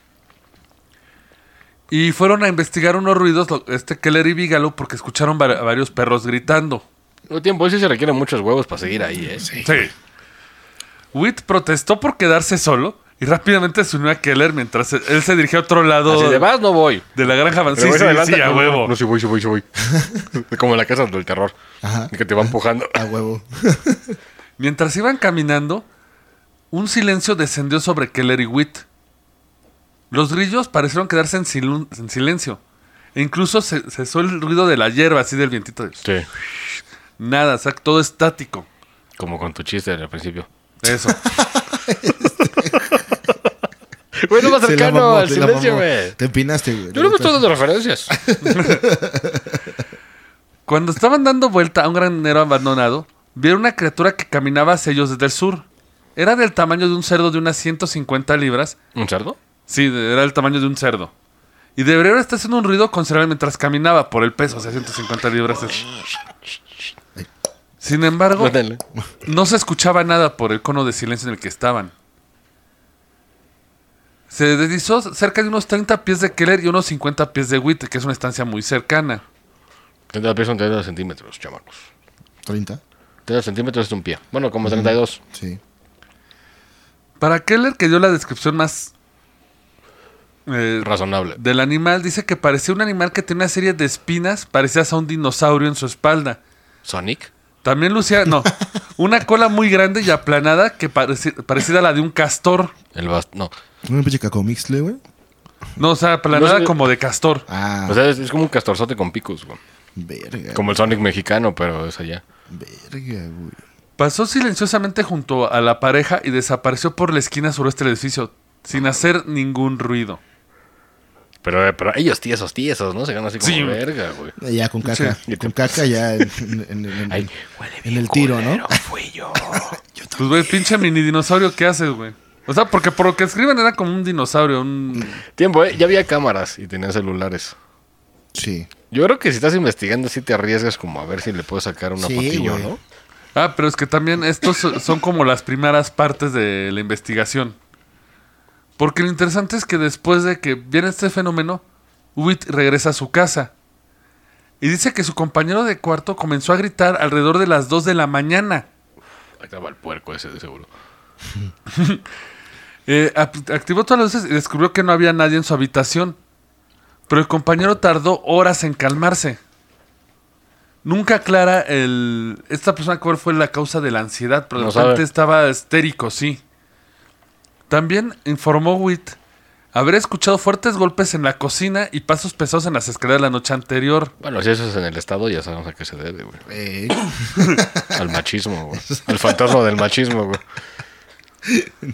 B: Y fueron a investigar unos ruidos, lo- este Keller y Bigelow, porque escucharon va- a varios perros gritando.
D: Lo tiempo sí se requieren muchos huevos para seguir ahí, ¿eh? Sí.
B: Sí. Witt protestó por quedarse solo y rápidamente se unió a Keller mientras él se dirigió a otro lado
D: Así de vas, no voy.
B: de la granja
D: Pero
B: avanzada. Sí,
D: voy
B: sí,
D: adelante.
B: sí, a
D: No,
B: huevo.
D: No, sí voy, sí voy, sí voy. Como en la casa del terror.
C: Ajá.
D: Que te va empujando.
C: A huevo.
B: Mientras iban caminando, un silencio descendió sobre Keller y Witt. Los grillos parecieron quedarse en, silu- en silencio. E incluso se cesó el ruido de la hierba, así del vientito. de-
D: Sí.
B: Nada, o sea, todo estático.
D: Como con tu chiste al principio.
B: Eso.
D: Güey, lo más
C: Se la
D: cercano
C: mamó,
D: al
C: se la
D: silencio,
C: mamó.
D: güey.
C: Te empinaste, güey.
D: Yo no me estoy dando referencias.
B: Cuando estaban dando vuelta a un granero abandonado, vieron una criatura que caminaba hacia ellos desde el sur. Era del tamaño de un cerdo de unas 150 libras.
D: ¿Un cerdo?
B: Sí, de- era del tamaño de un cerdo. Y debería estar haciendo un ruido considerable mientras caminaba por el peso, o sea, 150 libras. es- Sin embargo,
D: Ándale.
B: no se escuchaba nada por el cono de silencio en el que estaban. Se deslizó cerca de unos 30 pies de Keller y unos 50 pies de Witt, que es una estancia muy cercana.
D: 30 pies son 30 centímetros, chamacos.
C: 30.
D: 30 centímetros es un pie. Bueno, como 32.
C: Sí.
B: Para Keller, que dio la descripción más eh,
D: Razonable.
B: del animal, dice que parecía un animal que tenía una serie de espinas parecidas a un dinosaurio en su espalda.
D: ¿Sonic?
B: También lucía, no, una cola muy grande y aplanada que pareci- parecida a la de un castor.
D: El bast... No.
C: Un pinche cacomixle, güey.
B: No, o sea, aplanada
D: No sé-
B: como de castor.
C: Ah, Eh.
D: O sea, es, es como un castorzote con picos, güey.
C: verga.
D: Como el Sonic mexicano, pero es allá.
C: Verga, güey.
B: Pasó silenciosamente junto a la pareja y desapareció por la esquina sureste del edificio, sin hacer ningún ruido.
D: Pero, eh, pero ellos tiesos, tiesos, ¿no? Se ganan así como
B: Sí.
D: verga, güey.
C: Ya con caca.
D: Sí.
C: Con caca ya en, en- en- en-
D: Ay, huele
C: en el tiro, ¿no?
D: Fui yo.
B: Pues, güey, pinche mini dinosaurio, ¿qué haces, güey? O sea, porque por lo que escriben era como un dinosaurio, un...
D: Tiempo, ¿eh? Ya había cámaras y tenían celulares.
C: Sí.
D: Yo creo que si estás investigando, sí te arriesgas como a ver si le puedo sacar una
C: Sí,
D: fotillo,
C: güey.
D: ¿no?
B: Ah, pero es que también estos so- son como las primeras partes de la investigación. Porque lo interesante es que después de que viene este fenómeno, Witt regresa a su casa. Y dice que su compañero de cuarto comenzó a gritar alrededor de las 2 de la mañana.
D: Ahí estaba el puerco ese, de seguro.
B: Eh, ap- activó todas las luces y descubrió que no había nadie en su habitación. Pero el compañero tardó horas en calmarse. Nunca aclara el, esta persona cuál fue la causa de la ansiedad, pero de
D: No
B: repente
D: sabe.
B: estaba estérico, sí. También informó Witt haber escuchado fuertes golpes en la cocina y pasos pesados en las escaleras la noche anterior.
D: Bueno, si eso es en el estado, ya sabemos a qué se debe, güey.
C: Eh,
D: Al machismo, güey. Al fantasma del machismo, güey.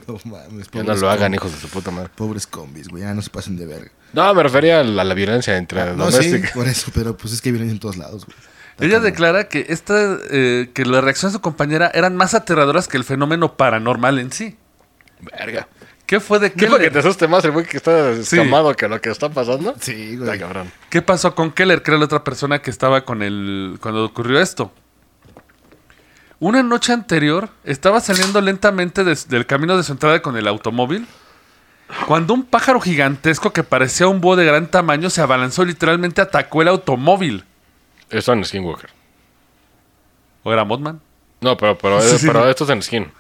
C: no mames.
D: Ya no
C: pobres
D: lo hagan,
C: combis.
D: hijos de su puta madre.
C: Pobres combis, güey. Ya no se pasen de verga.
D: No, me refería a la, a la violencia entre
C: Ah, No, sí,
D: domésticos.
C: por eso, pero pues es que vienen en todos lados, güey.
B: Ella declara que, esta, eh, que la reacción de su compañera eran más aterradoras que el fenómeno paranormal en sí.
D: Verga.
B: ¿Qué fue de
D: Dijo que
B: Keller?
D: te asuste más el güey que está
B: Sí.
D: escamado que lo que está pasando.
C: Sí,
D: Está
C: güey.
D: cabrón.
B: ¿Qué pasó con Keller? Que era la otra persona que estaba con él cuando ocurrió esto. Una noche anterior, estaba saliendo lentamente des- del camino de su entrada con el automóvil. Cuando un pájaro gigantesco que parecía un búho de gran tamaño se abalanzó y literalmente atacó el automóvil.
D: Esto en Skinwalker.
B: ¿O era Mothman?
D: No, pero, pero,
B: Sí, sí.
D: pero esto es en Skin.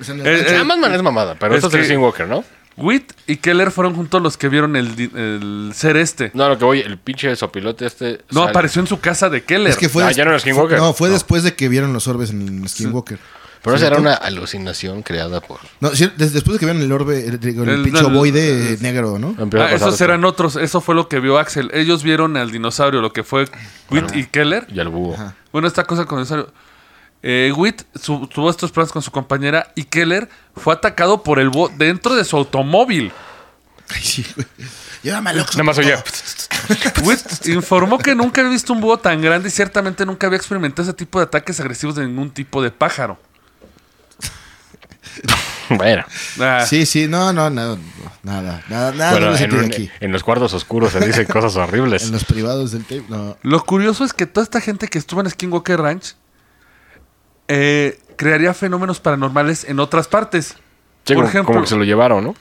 C: O sea, en
B: Eh,
D: O
B: eh,
D: sea, Madman es mamada, pero
B: es
D: esto es
B: que-
D: en Skinwalker, ¿no?
B: Witt y Keller fueron juntos los que vieron el, di- el ser este.
D: No, lo que voy, el pinche sopilote este.
B: No,
D: sale-
B: apareció en su casa de Keller.
C: Es que fue
D: Ah,
C: des-
D: ya no era Skinwalker.
C: No, fue
D: No.
C: después de que vieron los orbes en el Skinwalker.
D: Pero esa era
C: ¿Cierto?
D: una alucinación creada por.
C: No, sí, des- después de que vieron el orbe, el, digo, el
B: El-
C: pinche
B: no, el-
C: ovoide negro, ¿no?
D: Empieza a
B: Ah,
D: pasar
B: esos
D: esto.
B: eran otros. Eso fue lo que vio Axel. Ellos vieron al dinosaurio, lo que fue Witt y Keller.
D: Y al búho.
B: Bueno, esta cosa con el dinosaurio. Eh, Witt su- tuvo estos planes con su compañera y Keller fue atacado por el bo dentro de su automóvil.
C: Ay, sí, güey. Llévame al Oxxo,
D: Nada más
C: por
D: oye.
C: favor.
B: Witt informó que nunca había visto un búho tan grande y ciertamente nunca había experimentado ese tipo de ataques agresivos de ningún tipo de pájaro.
D: Bueno,
B: Ah,
C: Sí, sí, no, no, no, no, nada, nada, nada
D: bueno,
C: Ah, no lo
D: en,
C: sentí
D: un-
C: aquí.
D: en los cuartos oscuros se dicen cosas horribles.
C: En los privados del tape, no.
B: Lo curioso es que toda esta gente que estuvo en Skinwalker Ranch eh, crearía fenómenos paranormales en otras partes.
D: Che,
B: Por
D: como-
B: ejemplo,
D: como que se lo llevaron, ¿no?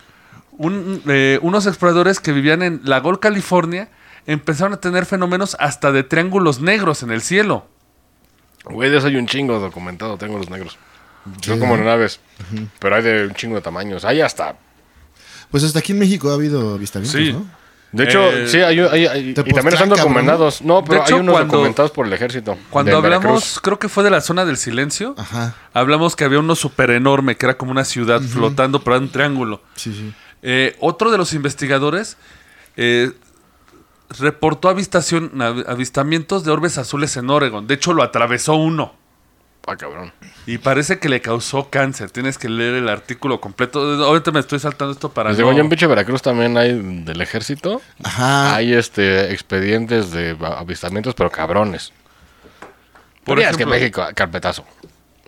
B: un- eh, unos exploradores que vivían en la Gol, California, empezaron a tener fenómenos hasta de triángulos negros en el cielo.
D: Güey, de eso hay un chingo documentado, tengo los negros. Son como naves, pero hay de un chingo de tamaños. Hay hasta...
C: Pues hasta aquí en México ha habido avistamientos,
B: Sí.
C: ¿no?
D: De hecho,
B: Eh,
D: sí, hay, hay- hay- y
C: te
D: también están
C: postran, cabrón.
D: documentados. No, pero
B: De hecho,
D: hay unos
B: cuando-
D: documentados por el ejército.
B: Cuando
D: de
B: hablamos,
D: Veracruz. Ah.
B: creo que fue de la zona del silencio,
C: Ajá.
B: hablamos que había uno súper enorme, que era como una ciudad flotando, pero era un triángulo.
C: Sí, sí.
B: Eh, otro de los investigadores eh, reportó avistación- av- avistamientos de orbes azules en Oregon. De hecho, lo atravesó uno.
D: Ah, cabrón.
B: Y parece que le causó cáncer. Tienes que leer el artículo completo. Ahorita me estoy saltando esto para
D: Les Pues digo,
B: no-
D: allá en pinche Veracruz también hay del ejército.
C: Ajá.
D: Hay este expedientes de a- avistamientos, pero cabrones.
B: Por
D: Por que
B: ejemplo-
D: México, ah, carpetazo.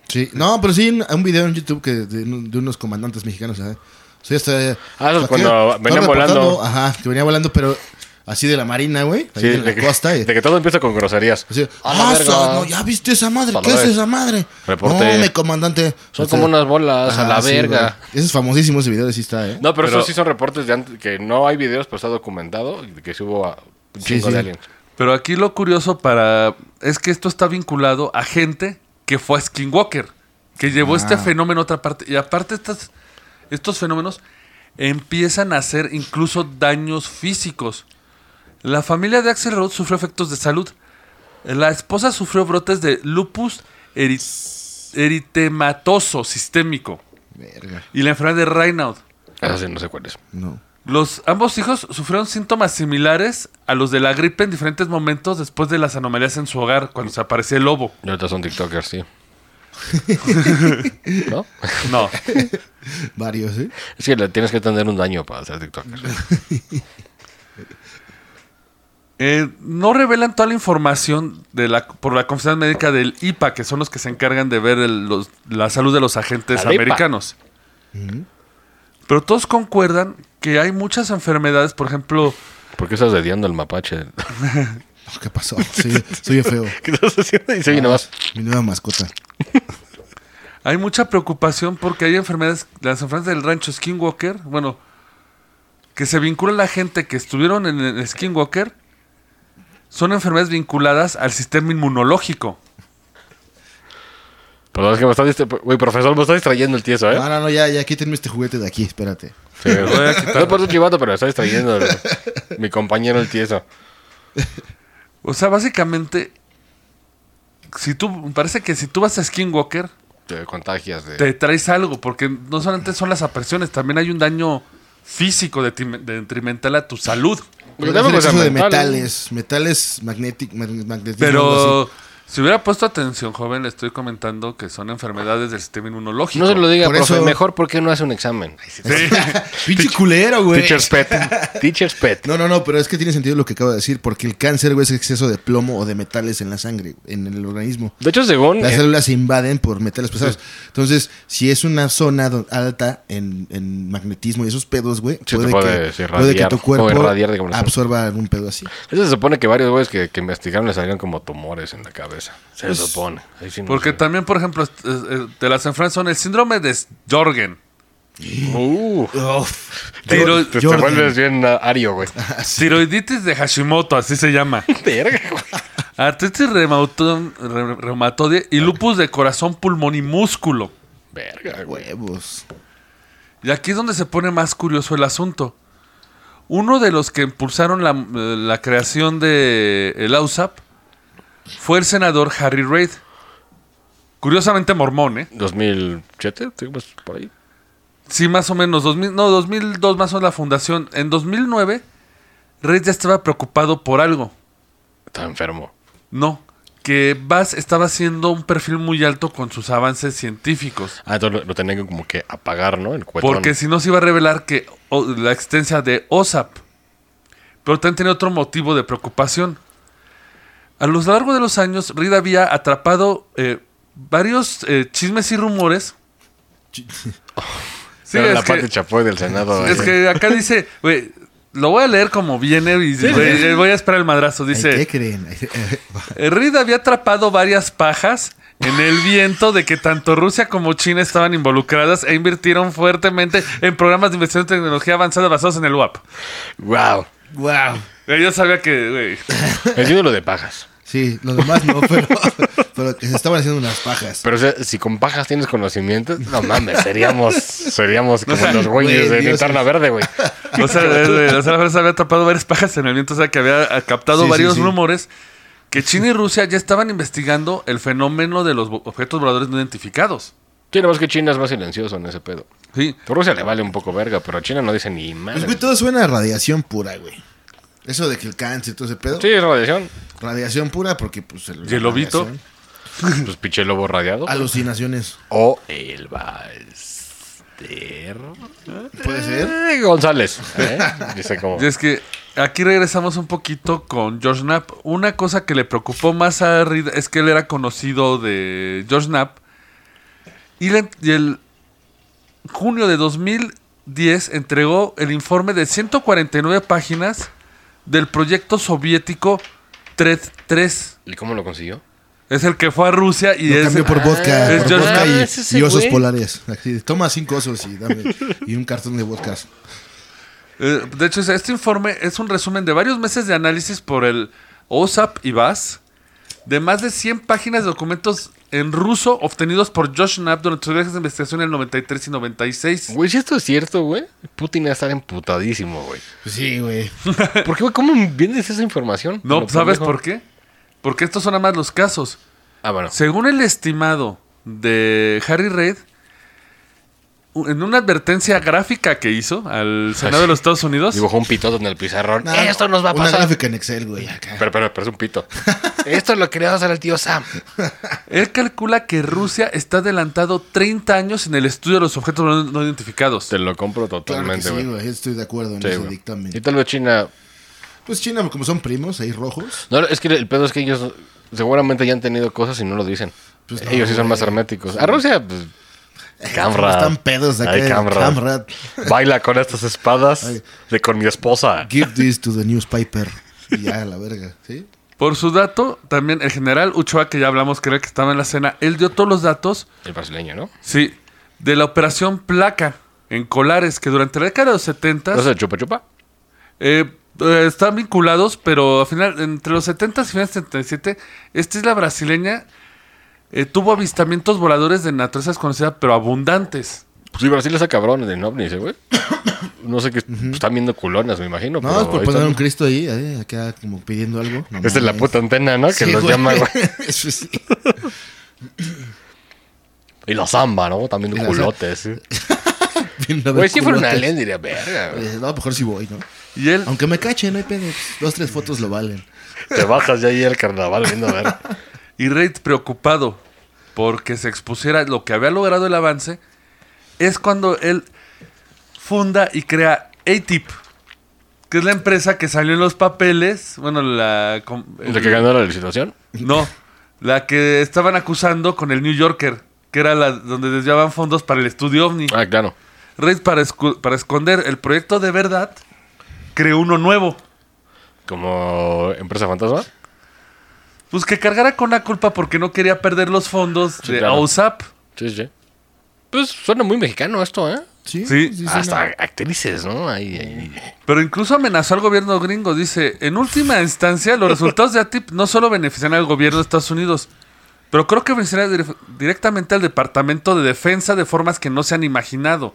C: Sí. No, pero sí, un- un video en YouTube que de, de unos comandantes mexicanos. ¿eh? O sea, hasta-
D: Ah, eso es
C: hasta
D: cuando
C: que-
D: venían
C: estaba reportando,
D: volando.
C: Ajá, que venía volando, pero así de la marina, güey. Ahí
D: Sí,
C: de la
D: que-
C: costa. y-
D: de que todo empieza con groserías.
C: así,
D: A la
C: ah,
D: verga.
C: sa- no, ya viste esa madre.
D: Solo
C: ¿Qué es
D: ves.
C: esa madre?
D: Reporte.
C: No, mi comandante.
D: Son
C: O sea,
D: como unas bolas
C: ajá,
D: a la
C: sí,
D: verga.
C: güey. Ese es famosísimo ese video, sí está, ¿eh?
D: No, pero,
B: Pero-
D: esos sí son reportes de antes, que no hay videos, pero está documentado y que sí hubo ah, un
C: Sí,
D: chingo
C: sí.
D: de aliens.
B: Pero aquí lo curioso para es que esto está vinculado a gente que fue a Skinwalker, que llevó este fenómeno a otra parte. Y aparte estas, estos fenómenos empiezan a hacer incluso daños físicos. La familia de Axel Rhodes sufrió efectos de salud. La esposa sufrió brotes de lupus eri- eritematoso sistémico
C: Verga.
B: y la enfermedad de Raynaud.
D: Eso Ah, sí, no sé cuál es.
C: No.
B: Los ambos hijos sufrieron síntomas similares a los de la gripe en diferentes momentos después de las anomalías en su hogar cuando se aparecía el lobo.
D: Y ahorita son TikTokers, sí. ¿No?
B: No.
C: Varios, ¿eh?
D: Es que le tienes que tener un daño para ser TikToker.
B: Eh, no revelan toda la información de la, por la Confianza Médica del IPA, que son los que se encargan de ver el- los- la salud de los agentes
D: Al IPA.
B: americanos. Pero todos concuerdan que hay muchas enfermedades, por ejemplo,
D: ¿Por qué estás dediando el mapache?
C: Oh, ¿Qué pasó? Soy, soy yo feo.
D: ¿Qué estás haciendo? Y se viene más.
C: Mi nueva mascota.
B: Hay mucha preocupación porque hay enfermedades, las enfermedades del rancho Skinwalker, bueno, que se vincula a la gente que estuvieron en el Skinwalker, son enfermedades vinculadas al sistema inmunológico.
D: Perdón, Pues es que me estás distra- Güey, profesor, me está distrayendo el tieso, ¿eh?
C: No, no, no, ya, ya, quítenme este juguete de aquí, espérate.
D: Sí,
B: voy a quitar.
D: no es por tu chivato, pero me está distrayendo el- mi compañero el tieso.
B: O sea, básicamente, si tú, parece que si tú vas a Skinwalker,
D: Te contagias de...
B: te traes algo, porque no solamente son las apresiones, también hay un daño físico detrim- detrimental a tu salud.
D: Porque
C: Podría
D: también
C: hacer
D: puede ser
C: exceso de
D: mental.
C: metales, metales magnetic, mag- magnetismo. algo
B: Pero si hubiera puesto atención, joven, le estoy comentando que son enfermedades del sistema inmunológico.
D: No se lo diga,
C: Por
D: profe.
C: eso-
D: Mejor porque no hace un examen.
C: así. Pinche culero, güey.
D: Teacher's pet. Teacher's pet.
C: No, no, no, pero es que tiene sentido lo que acabo de decir, porque el cáncer, güey, es exceso de plomo o de metales en la sangre, en el organismo.
D: De hecho, según...
C: Las
D: eh,
C: células se invaden por metales pesados. Entonces, si es una zona do- alta en, en magnetismo y esos pedos, güey,
D: Se te
C: puede,
D: puede
C: que,
D: irradiar,
C: puede que tu
D: o
C: cuerpo
D: irradiar, digamos, ¿no?
C: absorba algún pedo así.
D: Eso se supone que varios güeyes que, que investigaron le salieron como tumores en la cabeza. Se supone. Ahí sí no
B: Porque
D: sé.
B: también, por ejemplo, est- eh, eh, de las enfermedades son el síndrome de Jorgen.
D: Uh, te,
B: Tiro-
D: te- te
C: Jordan.
D: vuelves bien ah, ario, güey.
B: Tiroiditis de Hashimoto, así se llama.
D: Verga, güey.
B: Artritis reumato- re- reumatoide y lupus de corazón, pulmón y músculo.
D: Verga, güey.
C: Huevos.
B: Y aquí es donde se pone más curioso el asunto. Uno de los que impulsaron la, eh, la creación de el AUSAP fue el senador Harry Reid. Curiosamente mormón, ¿eh?
D: ¿2007? Seguimos por ahí.
B: Sí, más o menos. 2000, no, 2002 más o menos la fundación. En 2009, Reid ya estaba preocupado por algo.
D: Está enfermo.
B: No, que Bass estaba haciendo un perfil muy alto con sus avances científicos.
D: Ah, entonces lo, lo tenían que como que apagar, ¿no? El cuetón.
B: Porque si no se iba a revelar que o- la existencia de OSAP. Pero también tenía otro motivo de preocupación. A lo largo de los años, Reed había atrapado eh, varios eh, chismes y rumores. Sí,
D: Era
B: es
D: la
B: que-
D: parte chapoy del Senado.
B: Es
D: güey.
B: que acá dice, güey, lo voy a leer como viene y güey, voy a esperar el madrazo. "Eh,
C: Ay, ¿Qué
B: Dice,
C: creen?
B: Reed había atrapado varias pajas en el viento de que tanto Rusia como China estaban involucradas e invirtieron fuertemente en programas de investigación en tecnología avanzada basados en el UAP.
D: Wow.
E: Wow.
B: Eh, Yo sabía que, güey,
D: El lo de pajas.
E: Sí, los demás no, pero, pero que se estaban haciendo unas pajas.
D: Pero o sea, si con pajas tienes conocimientos, no mames, seríamos, seríamos como
B: sea,
D: los güeyes
E: güey,
D: de
E: Dios.
D: linterna verde, güey.
B: o sea, eh, o sea, la verdad se había atrapado varias pajas en el viento, o sea, que había eh, captado
E: Sí, sí,
B: varios
E: sí.
B: rumores que China y Rusia ya estaban investigando el fenómeno de los vo- objetos voladores no identificados.
D: China más que China es más silencioso en ese pedo.
B: Sí.
D: A Rusia le vale un poco verga, pero a China no dice ni
E: Pues,
D: madre.
E: güey, todo suena a radiación pura, güey. Eso de que el cáncer y todo ese pedo.
D: Sí, es radiación.
E: Radiación pura porque, pues... El,
B: ¿Y el lobito?
E: radiación.
D: Pues pinche lobo radiado.
E: Alucinaciones.
D: O el Balster.
E: ¿Puede ser?
D: Eh, González. ¿eh? Dice como.
B: Y es que aquí regresamos un poquito con George Knapp. Una cosa que le preocupó más a Reed es que él era conocido de George Knapp. Y, le- y el junio de 2010 entregó el informe de 149 páginas del proyecto soviético TRED 3.
D: ¿Y cómo lo consiguió?
B: Es el que fue a Rusia y
E: Lo
B: es...
E: cambio por vodka,
B: es
E: por
B: George
E: vodka
B: Knapp.
E: y,
D: Ah, es ese
E: y osos
D: güey.
E: polares. Así, toma cinco osos y dame y un cartón de vodka.
B: Eh, de hecho, este informe es un resumen de varios meses de análisis por el OSAP y BAS, de más de 100 páginas de documentos en ruso obtenidos por Josh Knapp durante sus viajes de investigación en el 93 y 96.
D: Güey, si esto es cierto, güey, Putin va a estar emputadísimo, güey.
E: Pues sí, güey.
D: ¿Por qué, güey? ¿Cómo vendes esa información?
B: No,
D: Lo
B: ¿sabes
D: pendejo.
B: por qué? Porque estos son nada más los casos.
D: Ah, bueno.
B: Según el estimado de Harry Reid, u- en una advertencia gráfica que hizo al Senado de los Estados Unidos,
D: Dibujó un pitoto en el pizarrón.
E: Nada,
D: Esto nos va a
E: una
D: pasar.
E: gráfica en Excel, güey. acá.
D: Pero, pero, pero es un pito. Esto lo quería hacer el tío Sam.
B: él calcula que Rusia está adelantado 30 años en el estudio de los objetos no- no identificados.
D: Te lo compro
E: Claro que
D: totalmente,
E: sí,
D: güey.
E: güey. Estoy de acuerdo en
D: Sí,
E: ese
D: güey.
E: dictamen.
D: y tal vez China.
E: Pues China, como son primos, ahí rojos.
D: No, es que el pedo es que ellos seguramente ya han tenido cosas y no lo dicen.
E: Pues no,
D: ellos sí son
E: güey.
D: más herméticos. A Rusia, pues. Camra.
E: Están pedos acá.
D: Ay, Camra.
E: Camra.
D: Baila con estas espadas de con mi esposa.
E: Give this to the newspaper. Y ya, la verga. ¿Sí?
B: Por su dato, también el general Uchoa, que ya hablamos, que era el que estaba en la cena, él dio todos los datos,
D: El brasileño, ¿no?
B: sí, de la operación Placa en Colares, que durante la década de los 70
D: ¿No se chupa chupa?
B: eh, eh, están vinculados, pero al final, entre los 70 y finales del 77, esta isla brasileña eh, tuvo avistamientos voladores de naturaleza desconocida, pero abundantes.
D: Pues sí, Brasil está cabrón de ovnis, eh, güey. No sé qué. pues, están viendo culonas, me imagino.
E: No,
D: pero
E: es por
D: ahí
E: poner
D: están-
E: un Cristo ahí, ahí, acá como pidiendo algo. No
D: Esa es la
E: mames.
D: puta antena, ¿no? Que
E: Mm. Sí,
D: los
E: güey.
D: llama, güey.
E: Eso sí.
D: Y la samba, ¿no? También
E: la
D: culotes. ¿eh?
E: Viendo a ver
D: Güey, si fuera una
E: culotes.
D: alien diría, verga, güey.
E: Eh, No, mejor si voy, ¿no?
B: Y él,
E: Aunque me cache, no hay pedo. pues, Dos, tres fotos lo valen.
D: Te bajas ya ahí al carnaval viendo a ver.
B: y Reid, preocupado porque se expusiera lo que había logrado el avance, es cuando él funda y crea ATIP, que es la empresa que salió en los papeles, bueno, la... com-
D: ¿De que ganó la licitación?
B: No, la que estaban acusando con el New Yorker, que era la donde desviaban fondos para el estudio OVNI.
D: Ah, claro.
B: Reid, para, escu- para esconder el proyecto de verdad, creó uno nuevo.
D: Como empresa fantasma.
B: Pues que cargara con la culpa porque no quería perder los fondos
D: Sí,
B: de
D: claro.
B: OSAP.
D: Sí, sí. Pues suena muy mexicano esto, ¿eh?
E: Sí,
B: Sí,
D: Hasta actrices, ¿no? Ahí, ahí.
B: Pero incluso amenazó al gobierno gringo. Dice, en última instancia, los resultados de ATIP no solo benefician al gobierno de Estados Unidos, pero creo que beneficiarán dire- directamente al Departamento de Defensa de formas que no se han imaginado.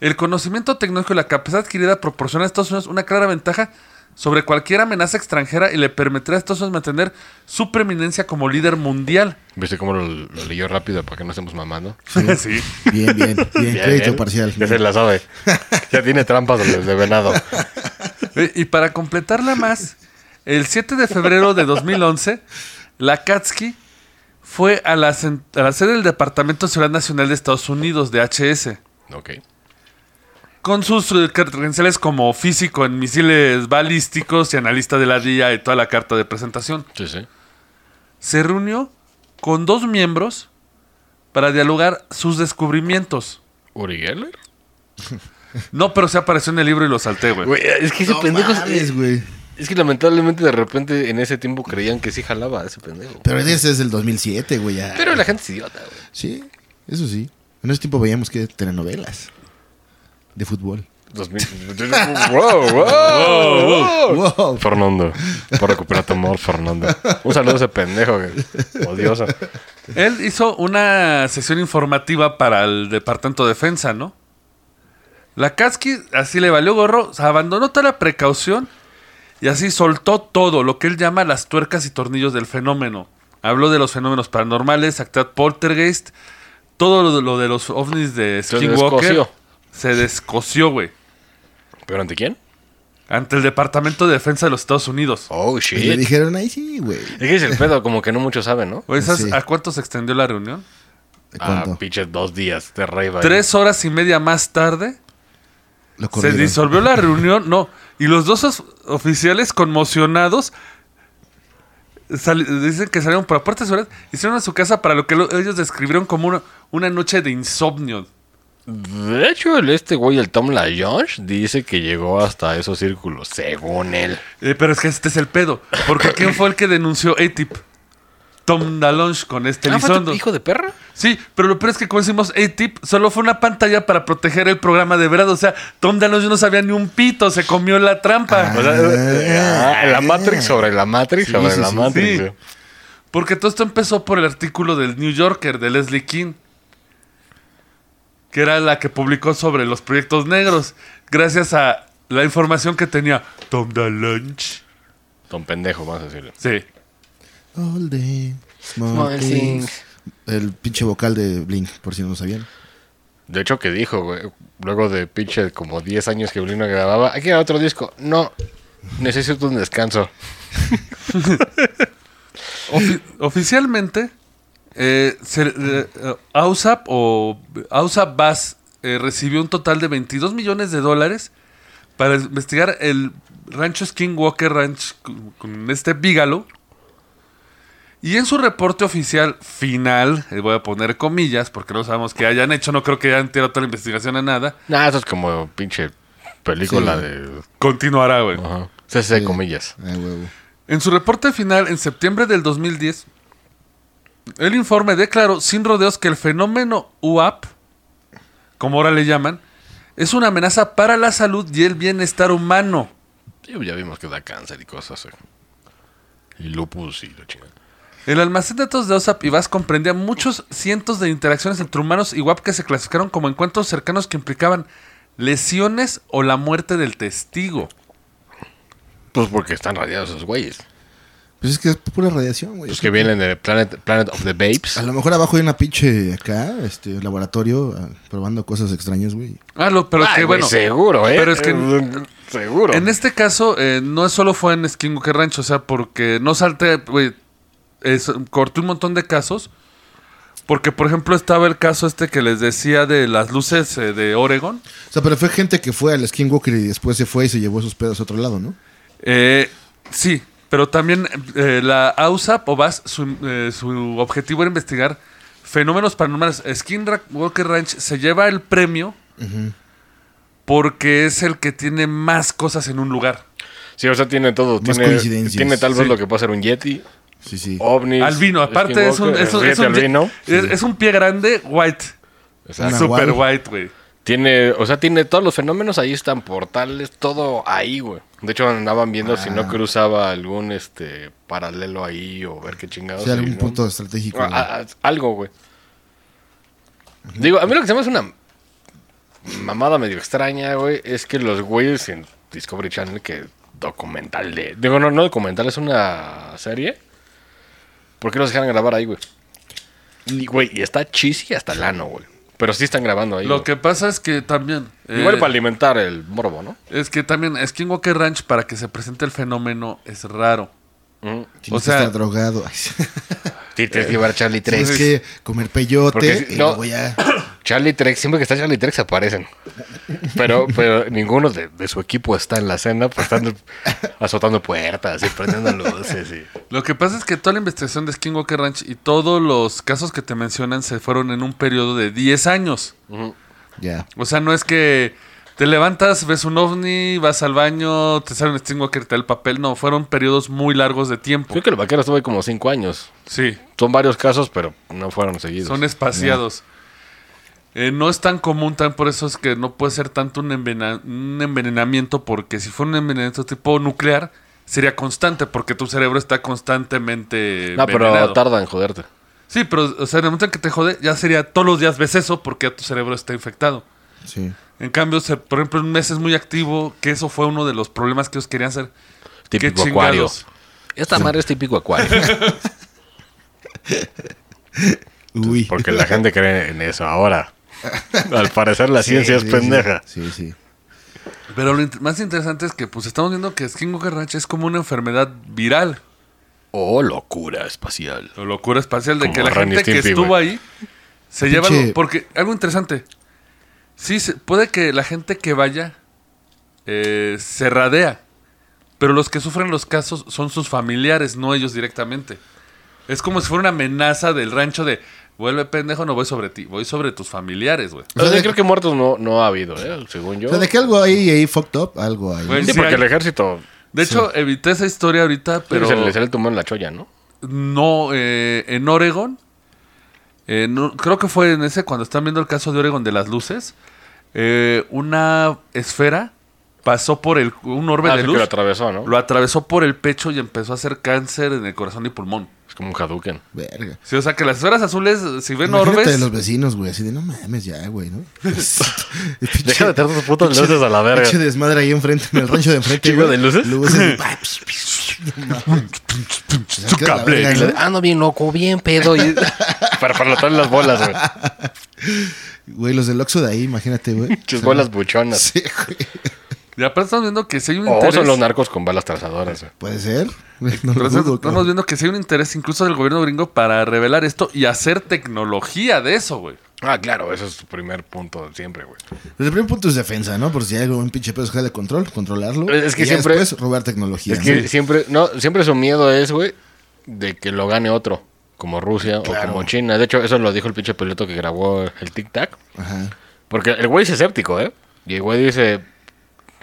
B: El conocimiento tecnológico y la capacidad adquirida proporciona a Estados Unidos una clara ventaja sobre cualquier amenaza extranjera y le permitirá a Estados Unidos mantener su preeminencia como líder mundial.
D: ¿Viste cómo lo, lo leyó rápido para que no estemos mamando?
B: Sí.
E: Bien, bien, bien.
D: Bien,
E: crédito
D: bien.
E: parcial.
D: Ya se la sabe. Ya tiene trampas de, de venado.
B: Eh, Y para completarla más, el 7 de febrero de 2011, la Katsky fue a la, cen- a la sede del Departamento de Seguridad Nacional de Estados Unidos, DHS,
D: Ok.
B: con sus eh, credenciales como físico en misiles balísticos y analista de la DIA y toda la carta de presentación.
D: Sí, sí.
B: Se reunió con dos miembros para dialogar sus descubrimientos.
D: ¿Uri Geller?
B: No, pero se apareció en el libro y lo salté, güey.
D: Güey, es que ese
E: No
D: pendejo.
E: mames, güey.
D: Es que lamentablemente de repente en ese tiempo creían que sí jalaba ese pendejo.
E: Pero ese es del 2007, güey. ya.
D: Pero la gente es idiota, güey.
E: Sí, eso sí. En ese tiempo veíamos que telenovelas de fútbol.
D: 2000. wow, wow, wow.
E: Wow.
D: Fernando, por recuperar tu amor, Fernando. Un saludo a ese pendejo, güey. Odioso.
B: Él hizo una sesión informativa para el Departamento de Defensa, ¿no? La Kaski así le valió gorro, se abandonó toda la precaución y así soltó todo lo que él llama las tuercas y tornillos del fenómeno. Habló de los fenómenos paranormales, actividad poltergeist, todo lo de, lo de los ovnis de
D: Se
B: Skinwalker.
D: descoció.
B: Se descoció, güey.
D: ¿Pero ante quién?
B: Ante el Departamento de Defensa de los Estados Unidos.
D: Oh,
E: Y Pues le
D: shit. Es
E: dijeron, ahí sí, güey.
D: que es el pedo, como que no muchos saben, ¿no?
B: Güey, ¿sabes
E: Sí.
B: a cuánto se extendió la reunión?
D: Ah,
E: ¿Cuánto?
D: pinche dos días de rey. va.
B: Tres horas y media más tarde
E: Lo
B: Se
E: corrieron.
B: disolvió la reunión, no. Y los dos of- oficiales conmocionados sali- dicen que salieron por la puerta de seguridad, hicieron a su casa para lo que lo- ellos describieron como una, una noche de insomnio.
D: De hecho, el, este güey, el Tom LaJosh, dice que llegó hasta esos círculos, según él. Ah,
B: Eh, pero es que este es el pedo. Porque ¿quién fue el que denunció ATIP? Tom Dalonge con este
D: Ah, ¿fue tu
B: lisondo.
D: hijo de perra?
B: Sí, pero lo peor es que como decimos ATIP, solo fue una pantalla para proteger el programa de verdad. O sea, Tom Dalonge no sabía ni un pito, se comió la trampa. O sea,
D: Ah, la Matrix sobre la Matrix sobre
E: sí,
D: la
E: sí,
D: Matrix.
B: sí.
D: güey.
B: Porque todo esto empezó por el artículo del New Yorker, de Leslie King, que era la que publicó sobre los proyectos negros, gracias a la información que tenía Tom DeLonge.
D: Don pendejo, vamos a decirle.
B: Sí.
E: All the small
D: Small
E: things.
D: things.
E: El pinche vocal de Blink, por si no lo sabían.
D: De hecho, que dijo, güey, luego de pinche como 10 años que Blino grababa, hay que grabar otro disco. No, necesito un descanso.
B: Ofi- oficialmente, eh, se- eh, eh, AUSAP o AUSAP Bass eh, recibió un total de 22 millones de dólares para investigar el rancho Skinwalker Ranch con- con este Bigalow. Y en su reporte oficial final, eh, voy a poner comillas porque no sabemos qué hayan hecho, no creo que hayan tirado toda la investigación a nada.
D: Nah, eso es como pinche película
E: Sí.
D: de.
B: Continuará, güey.
D: Ajá. CC comillas.
E: Ay, Ah, huevo.
B: En su reporte final, en septiembre del 2010, el informe declaró sin rodeos que el fenómeno UAP, como ahora le llaman, es una amenaza para la salud y el bienestar humano.
D: Sí, ya vimos que da cáncer y cosas. güey. Y lupus y la chingada.
B: El almacén de datos de OSAP y VAS comprendía muchos cientos de interacciones entre humanos y WAP que se clasificaron como encuentros cercanos que implicaban lesiones o la muerte del testigo.
D: Pues porque están radiados esos güeyes.
E: Pues es que es pura radiación, güey.
D: Los que vienen de Planet, Planet of the Babes.
E: A lo mejor abajo hay una pinche acá, este, laboratorio, ah, probando cosas extrañas, güey.
B: Ah, lo, pero
D: Ay,
B: que
D: güey,
B: bueno.
D: seguro, ¿eh?
B: Pero es que
D: seguro.
B: En este caso, eh, no solo fue en Skinwalker Ranch, o sea, porque no salté, güey, es- corté un montón de casos. Porque, por ejemplo, estaba el caso este que les decía de las luces eh, de Oregon.
E: O sea, pero fue gente que fue al Skinwalker y después se fue y se llevó sus pedos a otro lado, ¿no?
B: Eh, sí, pero también eh, la AUSAP o VAS, su, eh, su objetivo era investigar fenómenos paranormales. Skinwalker Ranch se lleva el premio porque es el que tiene más cosas en un lugar.
D: Sí, o sea, tiene todo.
E: Más
D: Tiene,
E: coincidencias.
D: tiene tal vez
B: Sí.
D: lo que puede ser un Yeti,
E: Sí, sí.
D: ovnis.
B: Albino, aparte es un,
D: Skinwalker,
B: es, un-
D: Yeti
B: es un-
D: albino.
B: es- es un pie grande, white.
D: Exacto.
E: Una-
B: Super
E: Nahual.
B: white, güey.
D: Tiene, o sea, tiene todos los fenómenos ahí están portales, todo ahí, güey. De hecho, andaban viendo si
E: Ah.
D: no cruzaba algún este paralelo ahí o ver qué
E: O
D: chingados.
E: sea,
D: ahí,
E: algún
D: ¿no?
E: punto estratégico.
D: A-
E: güey.
D: a- a- algo, güey. Digo, a mí lo que se me hace una mamada medio extraña, güey, es que los güeyes en Discovery Channel, que documental de. Digo, no, no documental, es una serie. ¿Por qué los dejan grabar ahí, güey? Y, güey, y está chisi hasta el ano, güey. Pero sí están grabando ahí.
B: Lo
D: güey.
B: que pasa es que también. eh,
D: Igual para alimentar el morbo, ¿no?
B: es que también Skinwalker Ranch, para que se presente el fenómeno, es raro.
E: Tienes
B: o
E: o
B: sea-
E: sea, que estar drogado. Ay, sí.
D: Tienes que llevar Charlie
E: Tienes que comer
C: eh,
E: peyote
D: Porque-
E: y
D: no.
E: luego ya.
D: Charlie Trex, siempre que está Charlie Trex aparecen. Pero, pero ninguno de, de su equipo está en la cena, pues están azotando puertas y prendiendo luces. Y...
B: Lo que pasa es que toda la investigación de Skinwalker Ranch y todos los casos que te mencionan se fueron en un periodo de 10 años.
E: Ya.
B: O sea, no es que Te levantas, ves un ovni, vas al baño, te sale un Stingwalker, te da el papel. No, fueron periodos muy largos de tiempo.
D: Creo que el vaquero estuvo ahí como cinco años.
B: Sí,
D: Son varios casos, pero no fueron seguidos.
C: este,
B: son espaciados. Eh, no es tan común, tan por eso es que no puede ser tanto un, envena- un envenenamiento, porque si fuera un envenenamiento tipo nuclear, sería constante, porque tu cerebro está constantemente.
D: no, pero
B: envenenado.
D: tarda en joderte.
B: Sí, pero o sea, en el momento en que te jode, ya sería todos los días ves eso, porque ya tu cerebro está infectado.
C: Sí.
B: En cambio, se- por ejemplo, en un mes es muy activo, que eso fue uno de los problemas que ellos querían hacer. ¿Qué
D: Típico acuario.
B: chingados?
D: Esta madre es típico acuario.
C: Uy.
D: Porque la gente cree en eso ahora. Al parecer la
C: Sí,
D: ciencia
C: sí,
D: es pendeja.
C: Sí, sí.
B: Pero lo int- más interesante es que pues estamos viendo que Skinwalker Ranch es como una enfermedad viral.
D: Oh, locura espacial.
B: La locura espacial de
D: Como
B: que la
D: Ren y
B: gente que
D: Stimpy,
B: estuvo
D: güey.
B: ahí se lleva...
C: Pinche-
B: algo- Porque algo interesante. Sí, se- puede que la gente que vaya eh, se radea. Pero los que sufren los casos son sus familiares, no ellos directamente. Es como si fuera una amenaza del rancho de... Vuelve pendejo, no voy sobre ti. Voy sobre tus familiares, güey.
D: O sea,
C: O sea, de-
D: creo que muertos no, no ha habido, ¿eh? según yo.
C: O sea, de que algo ahí, ahí fucked up, algo ahí.
B: Güey,
D: Sí,
B: Sí,
D: porque
B: hay-
D: el ejército
B: De hecho, evité esa historia ahorita,
D: pero...
B: pero...
D: se le sale el tumor en la cholla, ¿no?
B: No, eh, en Oregon. eh, no- creo que fue en ese cuando están viendo el caso de Oregon de las luces. eh, una esfera pasó por el, un orbe
D: Ah,
B: de
D: sí
B: luz.
D: que lo atravesó, ¿no?
B: Lo atravesó por el pecho y empezó a hacer cáncer en el corazón y pulmón.
D: Es como un Hadouken.
C: Verga.
B: Sí, o sea que las esferas azules, si ven
C: Imagínate
B: orbes,
C: de los vecinos, güey, así de no mames ya, güey, ¿no? Pues,
D: Deja de tener tus putas luces a la verga.
C: Pinche desmadre ahí enfrente, en el rancho de enfrente.
D: Chingo
C: güey.
D: de luces.
C: Luces. pa, psh, psh, psh, no mames. Se queda la
B: cable.
C: verga,
D: Y
C: ¿no?
D: le- Ando bien loco, bien pedo. y- Para parlotar las bolas, güey.
C: Güey, los del Oxxo de ahí, imagínate, güey.
D: Sus
C: Se-
D: bolas buchonas.
C: Sí, güey.
B: y aparte estamos viendo que si hay un
D: O
B: interés.
D: son los narcos con balas trazadoras, güey.
C: Puede ser. No lo
B: Pero
C: dudo,
B: estamos
C: cabrón.
B: viendo que si hay un interés incluso del gobierno gringo para revelar esto y hacer tecnología de eso, güey.
D: Ah, claro, eso es tu primer punto siempre, güey.
C: Pero el primer punto es defensa, ¿no? Por si hay algún pinche pedo, de control, controlarlo.
D: Es que
C: Y ya
D: siempre-
C: Después, robar tecnología.
D: Es que
C: ¿no?
D: siempre, no, siempre su miedo es, güey, de que lo gane otro, como Rusia o como China. De hecho, eso lo dijo el pinche piloto que grabó el Tic Tac.
C: Ajá.
D: Porque el güey es escéptico, ¿eh? Y el güey dice,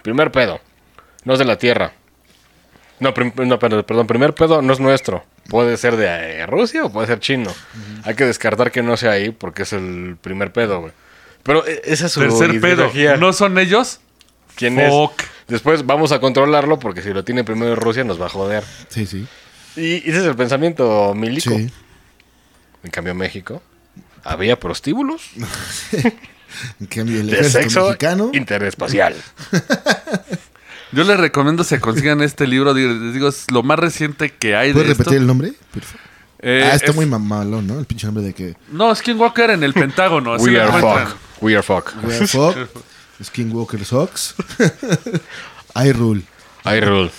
D: primer pedo, no es de la Tierra. No, prim- no, perdón, perdón, primer pedo no es nuestro. Puede ser de eh, Rusia o puede ser chino. Hay que descartar que no sea ahí porque es el primer pedo, güey. Pero eh, esa es su
B: Tercer pedo,
D: ideología.
B: ¿no son ellos?
D: ¿Quién es?
B: Fuck.
D: Después vamos a controlarlo porque si lo tiene primero Rusia nos va a joder.
C: Sí, sí.
D: Y ese es el pensamiento milico.
C: Sí.
D: En cambio, México. Había prostíbulos
C: En cambio, el
D: de
C: ejército
D: sexo
C: mexicano.
D: interespacial.
B: Yo les recomiendo se consigan este libro. digo- Les digo, es lo más reciente que hay de
C: ¿Puedes repetir
B: esto.
C: el nombre? Por favor.
B: Eh,
C: ah, está
B: es-
C: muy mamalón, ¿no? El pinche nombre de que.
B: No, Skinwalker en el Pentágono. Así
D: We
B: lo
D: are
B: Oh, encuentran.
D: fuck. We are fuck.
C: Wea Fuck, Skinwalker Socks. I rule.
D: I rule.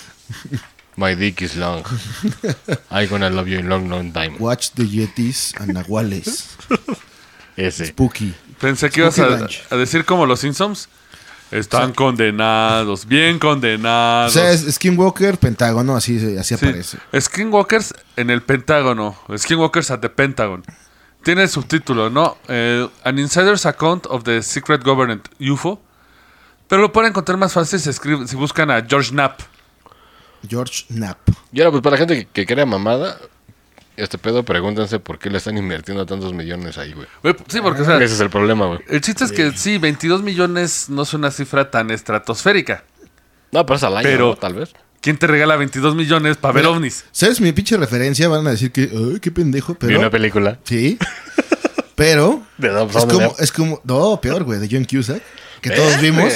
D: My dick is long. I gonna love you in long, long time.
C: Watch the Yetis and Nahuales.
D: Ese.
C: Spooky.
B: Pensé que ibas
C: Spooky
B: a,
C: Ranch.
B: a decir como los Simpsons. Están condenados, bien
C: O
B: condenados.
C: sea, es Skinwalker, Pentágono, así,
B: Sí,
C: así aparece.
B: Skinwalkers en el Pentágono. Skinwalkers at the Pentagon. Tiene el subtítulo, ¿no? Eh, An Insider's Account of the Secret Government UFO. Pero lo pueden encontrar más fácil si, escriben- si buscan a George Knapp.
C: George Knapp.
D: Y ahora, pues para la gente que, que crea mamada, este pedo, pregúntense por qué le están invirtiendo tantos millones ahí, güey.
B: Güey, Eh, Sí, porque o sea,
D: Ese es el problema, güey.
B: El chiste es que sí, 22 millones no es una cifra tan estratosférica.
D: No, pero es al año,
B: Pero-
D: ¿no? tal vez.
B: ¿Quién te regala 22 millones para ver
C: Mira,
B: ovnis?
C: ¿Sabes mi pinche referencia? Van a decir que, ay, qué pendejo,
D: Vi
C: pero.
D: una película
C: Sí. Pero.
D: de Dom
C: Es como, es como. No, peor, güey, de John Cusack. Que
D: Eh,
C: todos vimos.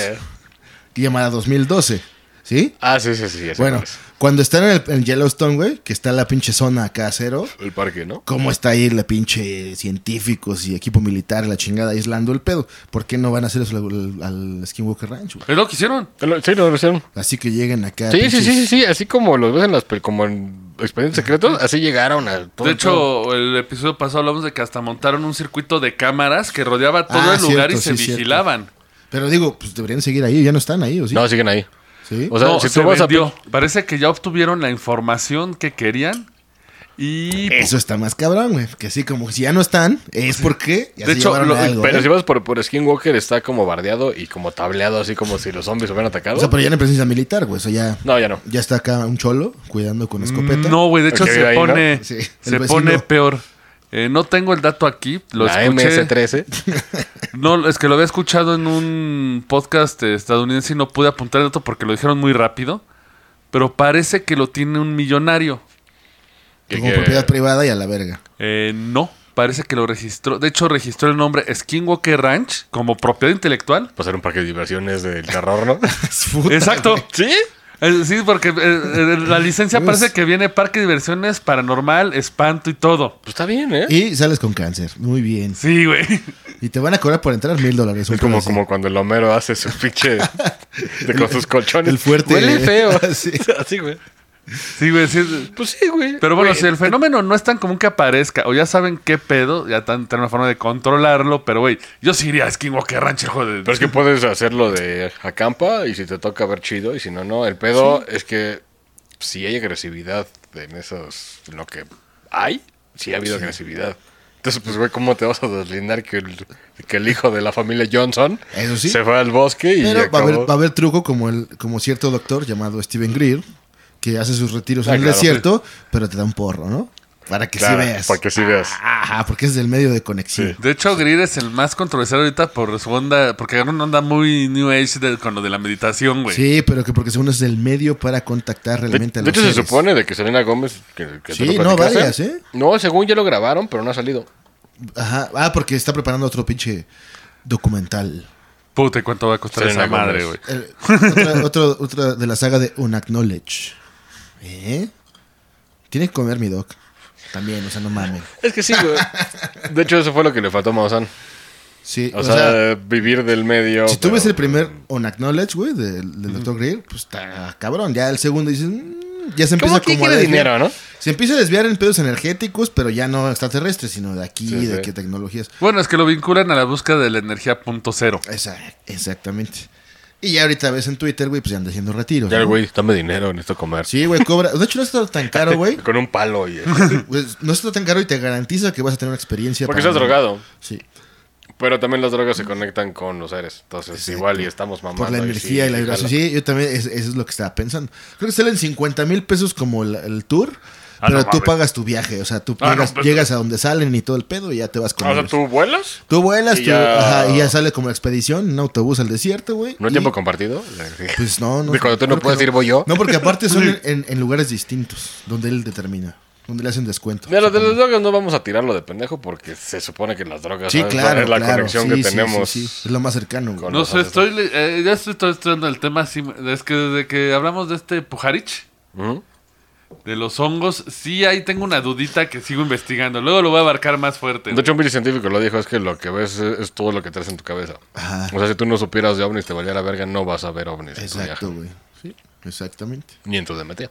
C: Y llamada 2012. ¿Sí?
D: Ah, sí, sí, sí. ese
C: Bueno,
D: es.
C: cuando están en, el, en Yellowstone, güey, que está la pinche zona acá cero.
D: El parque, ¿no?
C: cómo está ahí la pinche científicos y equipo militar, la chingada, aislando el pedo. ¿Por qué no van a hacer eso al, al Skinwalker Ranch, güey?
B: Es lo que hicieron.
D: Sí, lo hicieron.
C: Así que lleguen acá.
D: Sí, sí,
C: pinches-
D: sí, sí, sí, así como los ves en las pel- como en expedientes secretos, así llegaron a todo
B: De
D: el pedo.
B: hecho, el episodio pasado hablamos de que hasta montaron un circuito de cámaras que rodeaba todo
C: Ah,
B: el lugar
C: cierto,
B: y se
C: sí, cierto.
B: vigilaban.
C: Pero digo, pues deberían seguir ahí, ya no están ahí, ¿o sí?
D: no siguen ahí.
C: ¿Sí?
D: O sea,
B: No,
D: si tú
B: se
D: vas
B: vendió.
D: a
B: Parece que ya obtuvieron la información que querían Y
D: Eh,
B: pues,
C: Eso está más cabrón, güey. Que sí, como si ya no están, es porque ya
B: De
C: se
B: hecho,
C: llevaron
B: lo-
C: algo.
D: Pero
C: ¿eh?
D: si vas por, por Skinwalker, está como bardeado y como tableado, así como si los zombies hubieran atacado.
C: O sea, pero ya no hay presencia militar, güey. Eso ya.
D: No, ya no.
C: Ya está acá un cholo cuidando con escopeta.
B: mm, No, güey, de hecho
D: Ok,
B: se
D: ahí, ¿no?
B: pone,
C: Sí, el
B: se
C: vecino.
B: pone peor. Eh, no tengo el dato aquí, lo
D: la
B: escuché.
D: MS-13.
B: No, es que lo había escuchado en un podcast eh, estadounidense y no pude apuntar el dato porque lo dijeron muy rápido. Pero parece que lo tiene un millonario.
D: que-
C: Como
D: que-
C: propiedad privada y a la verga.
B: Eh, no, parece que lo registró. De hecho, registró el nombre Skinwalker Ranch como propiedad intelectual.
D: Pues era un parque de diversiones del terror, ¿no? Pues,
B: Exacto.
D: ¿Sí?
B: Eh, Sí, porque eh, eh, la licencia
C: Pues-
B: parece que viene parque de diversiones, paranormal, espanto y todo.
D: Pues está bien, ¿eh?
C: Y sales con cáncer. Muy bien.
B: Sí, güey.
C: Y te van a cobrar por entrar mil dólares. un
D: Es como,
C: pedo así.
D: como cuando el Homero hace su pinche de, con sus colchones.
C: el fuerte.
D: Huele feo.
C: Sí.
D: Así, güey.
B: Sí, güey. sí.
D: Pues sí, güey.
B: Pero bueno,
D: Güey, este
B: si el fenómeno no es tan común que aparezca, o ya saben qué pedo, ya tan, tienen una forma de controlarlo, pero güey, yo sí iría a Skinwalker Ranch, hijo de...
D: Pero es que puedes hacerlo de acampa y si te toca ver chido y si no, no. El pedo es que si hay agresividad en esos, en lo que hay, si ha habido agresividad. Entonces, pues, güey, ¿cómo te vas a deslindar que el, que el hijo de la familia Johnson
C: Eso sí.
D: se fue al bosque y
C: Pero va a,
D: acabó?
C: haber, va a haber truco como el como cierto doctor llamado Steven Greer que hace sus retiros en
D: Ah,
C: el
D: claro.
C: desierto, pero te da un porro, ¿no? Para que
D: Claro,
C: sí veas. Ah,
D: Para que sí veas.
C: Ajá, porque es del medio de conexión.
B: De hecho, Greer es el más controversial ahorita por su onda, porque era una onda muy New Age de- con lo de la meditación, güey.
C: Sí, pero que porque según es el medio para contactar
D: De,
C: realmente a
D: de
C: los
D: hecho, se
C: seres.
D: supone de que Selena Gómez. Que, que
C: Sí,
D: lo
C: no,
D: platicaste.
C: varias, ¿eh?
D: No, según ya lo grabaron, pero no ha salido.
C: Ajá, ah, porque está preparando otro pinche documental.
B: Puta, ¿y ¿cuánto va a costar
D: Selena
B: esa madre,
D: Gomez.
B: güey?
C: El- otra, otro- otra de la saga de Unacknowledge. ¿Eh? Tiene que comer mi doc. También, o sea, no mames.
D: Es que sí, güey. De hecho, eso fue lo que le faltó a Maussan.
C: Sí,
D: O, sea, vivir del medio.
C: Si tú
D: pero-
C: ves el primer Unacknowledge, güey, del, del Dr. Greer, pues está cabrón. Ya el segundo dices, mm, ya se
D: ¿Cómo
C: empieza
D: que
C: como a
D: quiere
C: desviar.
D: dinero, no?
C: Se empieza a desviar en pedos energéticos, pero ya no extraterrestres, sino de aquí,
D: Sí,
C: de
D: sí.
C: qué tecnologías.
B: Bueno, es que lo vinculan a la búsqueda de la energía punto cero.
C: Esa- exactamente. Y ya ahorita ves en Twitter, güey, pues ya anda haciendo retiros.
D: Ya,
C: ¿no?
D: el güey, dame dinero, necesito comer.
C: Sí, güey, cobra. De hecho, no está tan caro, güey.
D: Con un palo y.
C: Pues, no está tan caro y te garantiza que vas a tener una experiencia.
D: Porque
C: para-
D: estás drogado.
C: Sí.
D: Pero también las drogas se conectan con los seres. Entonces, igual y estamos mamando.
C: Por la energía y, la vibración. Sí, yo también, es- eso es lo que estaba pensando. Creo que salen 50 mil pesos como el, el tour,
B: Ah,
C: pero
B: no
C: tú
B: mames.
C: pagas tu viaje. O sea, tú
B: Ah, no,
C: llegas,
B: pues-
C: llegas a donde salen y todo el pedo y ya te vas con
D: Ah, O sea,
C: ellos.
D: ¿tú vuelas?
C: Tú vuelas,
D: y
C: tú-
D: ya-
C: ajá, y ya sale como la expedición, un autobús al desierto, güey.
D: ¿No
C: y-
D: hay tiempo compartido?
C: Pues no, no.
D: De cuando tú no
C: creo que
D: puedes ir, voy yo.
C: No, porque aparte son en, en- en lugares distintos, donde él determina, donde le hacen descuento.
D: De, lo- de las drogas no vamos a tirarlo de pendejo porque se supone que las drogas
C: Sí,
D: ¿sabes?
C: claro,
D: Ah, es la
C: claro,
D: conexión
C: sí,
D: que
C: sí, sí,
D: tenemos.
C: sí, sí. Es lo más cercano, güey.
D: Con-
B: No
D: los
B: sé,
D: haces,
B: estoy, le- eh, ya estoy, estoy estudiando el tema. sí, es que desde que hablamos de este Pujarich,
D: Ujú.
B: de los hongos, sí ahí tengo una dudita que sigo investigando. Luego lo voy a abarcar más fuerte.
D: De hecho, un científico lo dijo, es que lo que ves es, es todo lo que traes en tu cabeza.
C: Ajá.
D: O sea, si tú no supieras de ovnis, te valiera verga, no vas a ver ovnis en tu viaje.
C: Exacto, güey. Sí, exactamente.
D: Ni en tu DMT.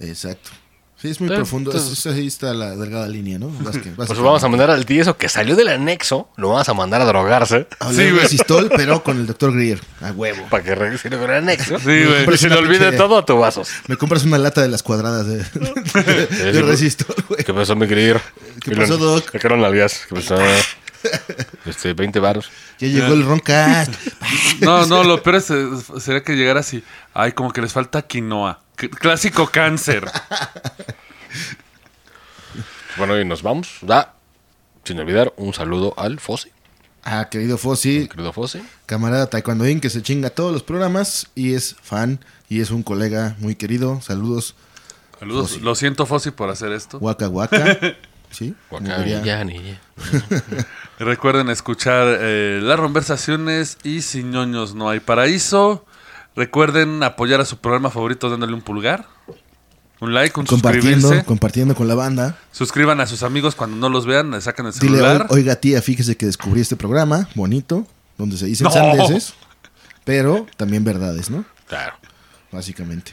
C: Exacto. Sí, es muy
B: Entonces-
C: profundo. Es- es- ahí está la delgada línea, ¿no? Vas que- vas
D: Pues vamos a mandar al 10 o que salió del anexo, lo vamos a mandar a drogarse
C: a
B: Sí,
C: hablar
B: güey.
C: de Sistol, pero con el doctor Greer. A huevo.
D: para que regrese del anexo.
B: sí, güey.
C: Pero
D: Y se le
C: es una
D: olvide
C: pinche-
D: todo a tu vasos.
C: Me compras una lata de las cuadradas de, de, de
D: sí,
C: Resistol, güey.
D: ¿Qué pasó, mi querido?
C: ¿Qué pasó, Doc?
D: Sacaron la ¿Qué pasó? Este, 20 baros.
C: Ya llegó el Roncast.
B: No, no, lo peor es, eh, sería que llegara así. Ay, como que les falta quinoa. C- clásico cáncer.
D: Bueno, y nos vamos. Da, sin olvidar, un saludo al Fossi,
C: Ah, querido
D: mi
C: Fossi,
D: querido Fossi.
C: camarada taekwondoín que se chinga todos los programas y es fan y es un colega muy querido. Saludos,
B: Saludos.
C: Pues
B: Lo siento, Fossi, por hacer esto.
C: Waka Waka. ¿Sí? como
D: Guacán,
C: diría-
D: ya, ni- ya.
B: Recuerden escuchar eh, las conversaciones y sin ñoños no hay paraíso. Recuerden apoyar a su programa favorito dándole un pulgar, un like, un
C: Compartiendo,
B: suscribirse.
C: compartiendo con la banda.
B: Suscriban a sus amigos cuando no los vean, le sacan el
C: Dile,
B: celular.
C: "Oi- oiga tía, fíjese que descubrí este programa bonito, donde se dicen
B: No.
C: sandeces, pero también verdades, ¿no?
D: Claro.
C: Básicamente.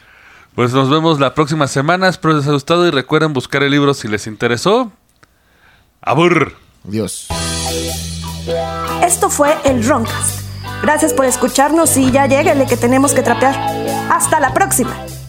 B: Pues nos vemos la próxima semana. Espero les haya gustado y recuerden buscar el libro si les interesó. ¡Abur!
C: Adiós.
A: Esto fue el Roncast. Gracias por escucharnos y ya lléguenle que tenemos que trapear. Hasta la próxima.